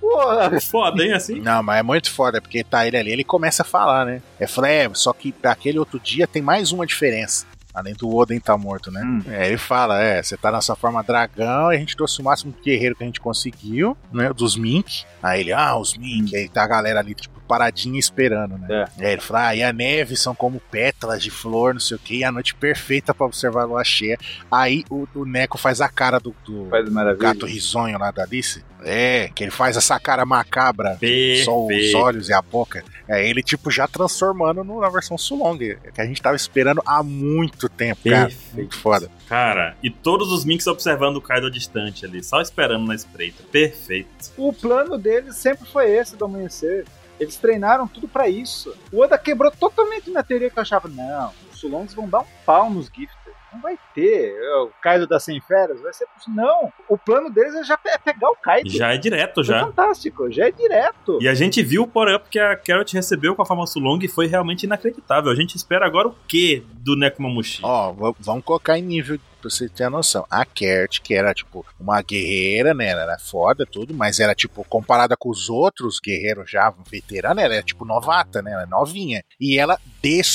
[SPEAKER 1] Porra,
[SPEAKER 2] Foda, hein, assim?
[SPEAKER 3] Não, mas é muito foda, porque tá ele ali, ele começa a falar, né? Eu falei, é, só que aquele outro dia tem mais uma diferença. Além do Oden tá morto, né?
[SPEAKER 1] Hum.
[SPEAKER 3] É, ele fala, é, você tá na sua forma dragão, e a gente trouxe o máximo de guerreiro que a gente conseguiu, né? Dos Mink. Aí ele, ah, os
[SPEAKER 1] Hum.
[SPEAKER 3] Mink. Aí tá a galera ali, tipo, paradinha esperando, né?
[SPEAKER 1] É.
[SPEAKER 3] E aí ele fala, ah, e a neve são como pétalas de flor, não sei o quê, e a noite perfeita pra observar a lua cheia. Aí o, o Neco faz a cara do, do
[SPEAKER 1] faz maravilha.
[SPEAKER 3] gato risonho lá da Alice. É, que ele faz essa cara macabra só um os
[SPEAKER 2] Perfeito.
[SPEAKER 3] olhos e a boca. É, ele, tipo, já transformando no- na versão Sulong, que a gente tava esperando há muito tempo, cara.
[SPEAKER 2] Perfeito.
[SPEAKER 3] Muito foda.
[SPEAKER 2] Cara, e todos os minks observando o Kaido distante ali, só esperando na espreita. Perfeito.
[SPEAKER 1] O plano deles sempre foi esse do amanhecer. Eles treinaram tudo pra isso. O Oda quebrou totalmente minha teoria que eu achava, não, os Sulongs vão dar um pau nos Gifters. Não vai ter. É O Kaido das 100 feras vai ser possível. Não, o plano deles é já pe- é pegar o Kaido.
[SPEAKER 2] Já é direto,
[SPEAKER 1] Foi
[SPEAKER 2] já.
[SPEAKER 1] fantástico, já é direto.
[SPEAKER 2] E a gente viu o power-up que a Carrot recebeu com a famosa Sulong e foi realmente inacreditável. A gente espera agora o quê do Nekomamushi?
[SPEAKER 3] Ó, v- vamos colocar em nível pra você ter a noção. A Kert, que era, tipo, uma guerreira, né? Ela era foda, tudo, mas era, tipo, comparada com os outros guerreiros já veteranos, ela era, tipo, novata, né? Ela é novinha. E ela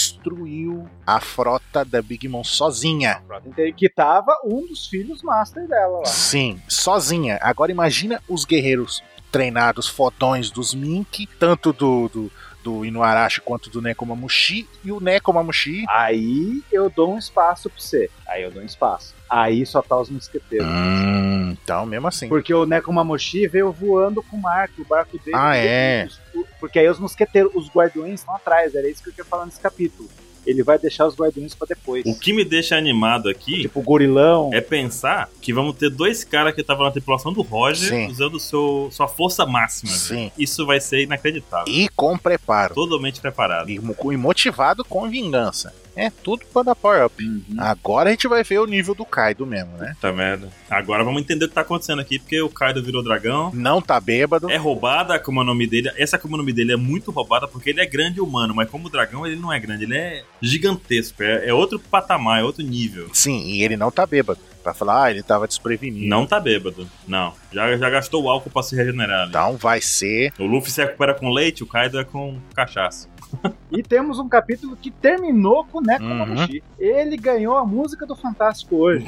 [SPEAKER 3] destruiu a frota da Big Mom sozinha.
[SPEAKER 1] Então, Que tava um dos filhos master dela lá.
[SPEAKER 3] Sim, sozinha. Agora imagina os guerreiros treinados, fodões dos Mink, tanto do, do, do Inuarashi quanto do Nekomamushi, e o Nekomamushi.
[SPEAKER 1] Aí eu dou um espaço pra você. Aí eu dou um espaço. Aí só tá os mosqueteiros.
[SPEAKER 3] Hum, então, mesmo assim.
[SPEAKER 1] Porque o Nekomamushi veio voando com o Marco, o barco dele.
[SPEAKER 3] Ah, é.
[SPEAKER 1] Porque aí os mosqueteiros, os guardiões estão atrás, era isso que eu queria falar nesse capítulo. Ele vai deixar os guardiões pra depois.
[SPEAKER 2] O que me deixa animado aqui
[SPEAKER 1] Tipo o gorilão.
[SPEAKER 2] é pensar que vamos ter dois caras que estavam na tripulação do Roger
[SPEAKER 3] Sim.
[SPEAKER 2] usando seu, sua força máxima. velho.
[SPEAKER 3] Sim.
[SPEAKER 2] Isso vai ser inacreditável.
[SPEAKER 3] E com preparo.
[SPEAKER 2] Totalmente preparado.
[SPEAKER 3] E, mo- e motivado com vingança. É tudo pra dar power-up.
[SPEAKER 2] Uhum.
[SPEAKER 3] Agora a gente vai ver o nível do Kaido mesmo, né?
[SPEAKER 2] Tá merda. Agora vamos entender o que tá acontecendo aqui, porque o Kaido virou dragão.
[SPEAKER 3] Não tá bêbado.
[SPEAKER 2] É roubada como é o nome dele. Essa como é o nome dele é muito roubada porque ele é grande humano, mas como dragão ele não é grande, ele é gigantesco. É, é outro patamar, é outro nível.
[SPEAKER 3] Sim, e ele não tá bêbado. Pra falar, ah, ele tava desprevenido.
[SPEAKER 2] Não tá bêbado. Não. Já, já gastou o álcool pra se regenerar ali.
[SPEAKER 3] Então vai ser.
[SPEAKER 2] O Luffy se recupera com leite, o Kaido é com cachaça.
[SPEAKER 1] E temos um capítulo que terminou com o Nekomamushi. Ele ganhou a música do Fantástico hoje.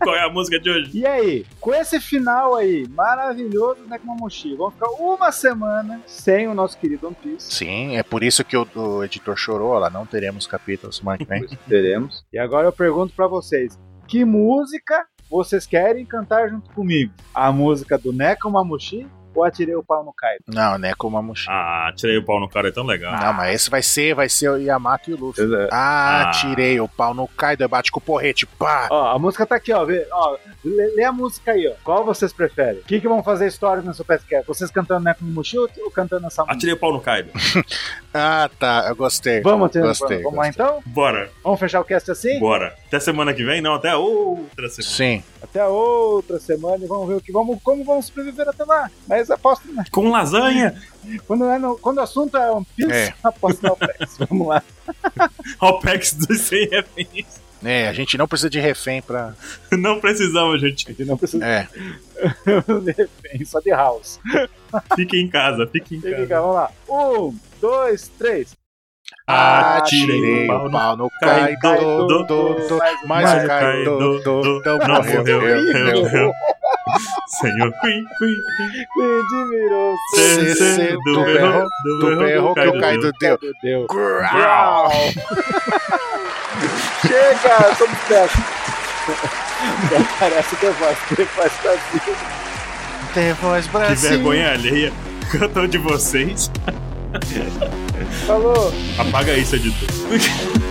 [SPEAKER 2] Qual é a música de hoje?
[SPEAKER 1] E aí, com esse final aí maravilhoso do Nekomamushi, vamos ficar uma semana sem o nosso querido One Piece.
[SPEAKER 3] Sim, é por isso que o, o editor chorou. Lá não teremos capítulo semana que vem.
[SPEAKER 1] Teremos. E agora eu pergunto pra vocês: que música vocês querem cantar junto comigo? A música do Nekomamushi ou Atirei o Pau no Kaido?
[SPEAKER 3] Não, né? Com uma mochila.
[SPEAKER 2] Ah, tirei o pau no cara, é tão legal.
[SPEAKER 3] Não, mas esse vai ser, vai ser o Yamato e o Luffy. Ah,
[SPEAKER 2] Ah.
[SPEAKER 3] tirei o pau no Kaido, eu bate com o porrete, pá!
[SPEAKER 1] Ó, a música tá aqui, ó. Vê, ó lê, lê a música aí, ó. Qual vocês preferem? O que, que vão fazer história no seu podcast? Vocês cantando Nekomamushi ou ou cantando essa música?
[SPEAKER 2] Atirei o pau no Kaido.
[SPEAKER 3] Ah, tá, eu gostei.
[SPEAKER 1] Vamos, Atirei o Pau.
[SPEAKER 3] Gostei,
[SPEAKER 1] Vamos lá então?
[SPEAKER 2] Bora,
[SPEAKER 1] Vamos fechar o cast assim?
[SPEAKER 2] bora. Até semana que vem? Não, até uh, outra semana.
[SPEAKER 3] Sim,
[SPEAKER 1] Até outra semana e vamos ver o que vamos, como vamos sobreviver até lá. Mas aposto, né?
[SPEAKER 2] Com lasanha!
[SPEAKER 1] quando, é no- quando o assunto é One Piece,
[SPEAKER 3] É.
[SPEAKER 1] aposto no Alpex. Vamos lá.
[SPEAKER 2] OPEX dos 100 reféns.
[SPEAKER 3] é, a gente não precisa de refém pra.
[SPEAKER 2] Não precisamos, gente.
[SPEAKER 1] Ele não precisa
[SPEAKER 3] É,
[SPEAKER 1] de refém, só de house.
[SPEAKER 2] Fique em casa, fique em
[SPEAKER 1] Tem que
[SPEAKER 2] casa.
[SPEAKER 1] ligar, vamos lá. Um, dois, três.
[SPEAKER 3] atirei Ah, o pau no Kaido,
[SPEAKER 1] Kaido,
[SPEAKER 3] do, do, do,
[SPEAKER 1] mais um-
[SPEAKER 3] mas
[SPEAKER 2] mais
[SPEAKER 3] o
[SPEAKER 2] um
[SPEAKER 3] Kaido,
[SPEAKER 2] Kaido,
[SPEAKER 3] do,
[SPEAKER 2] do,
[SPEAKER 3] do,
[SPEAKER 2] não
[SPEAKER 3] morreu,
[SPEAKER 2] morreu,
[SPEAKER 3] morreu,
[SPEAKER 2] morreu.
[SPEAKER 3] morreu.
[SPEAKER 2] Senhor, fui, fui,
[SPEAKER 1] Edmirou.
[SPEAKER 3] Cê, cê, do berro, do berro que o Kaido deu.
[SPEAKER 1] Deu.
[SPEAKER 3] Growl.
[SPEAKER 1] Chega, somos péssimos. Parece o The Voice, The Voice Brasil.
[SPEAKER 3] ter voz
[SPEAKER 2] Que
[SPEAKER 3] Brasil.
[SPEAKER 2] vergonha alheia. Cantor de vocês.
[SPEAKER 1] Falou!
[SPEAKER 2] Apaga isso, editor.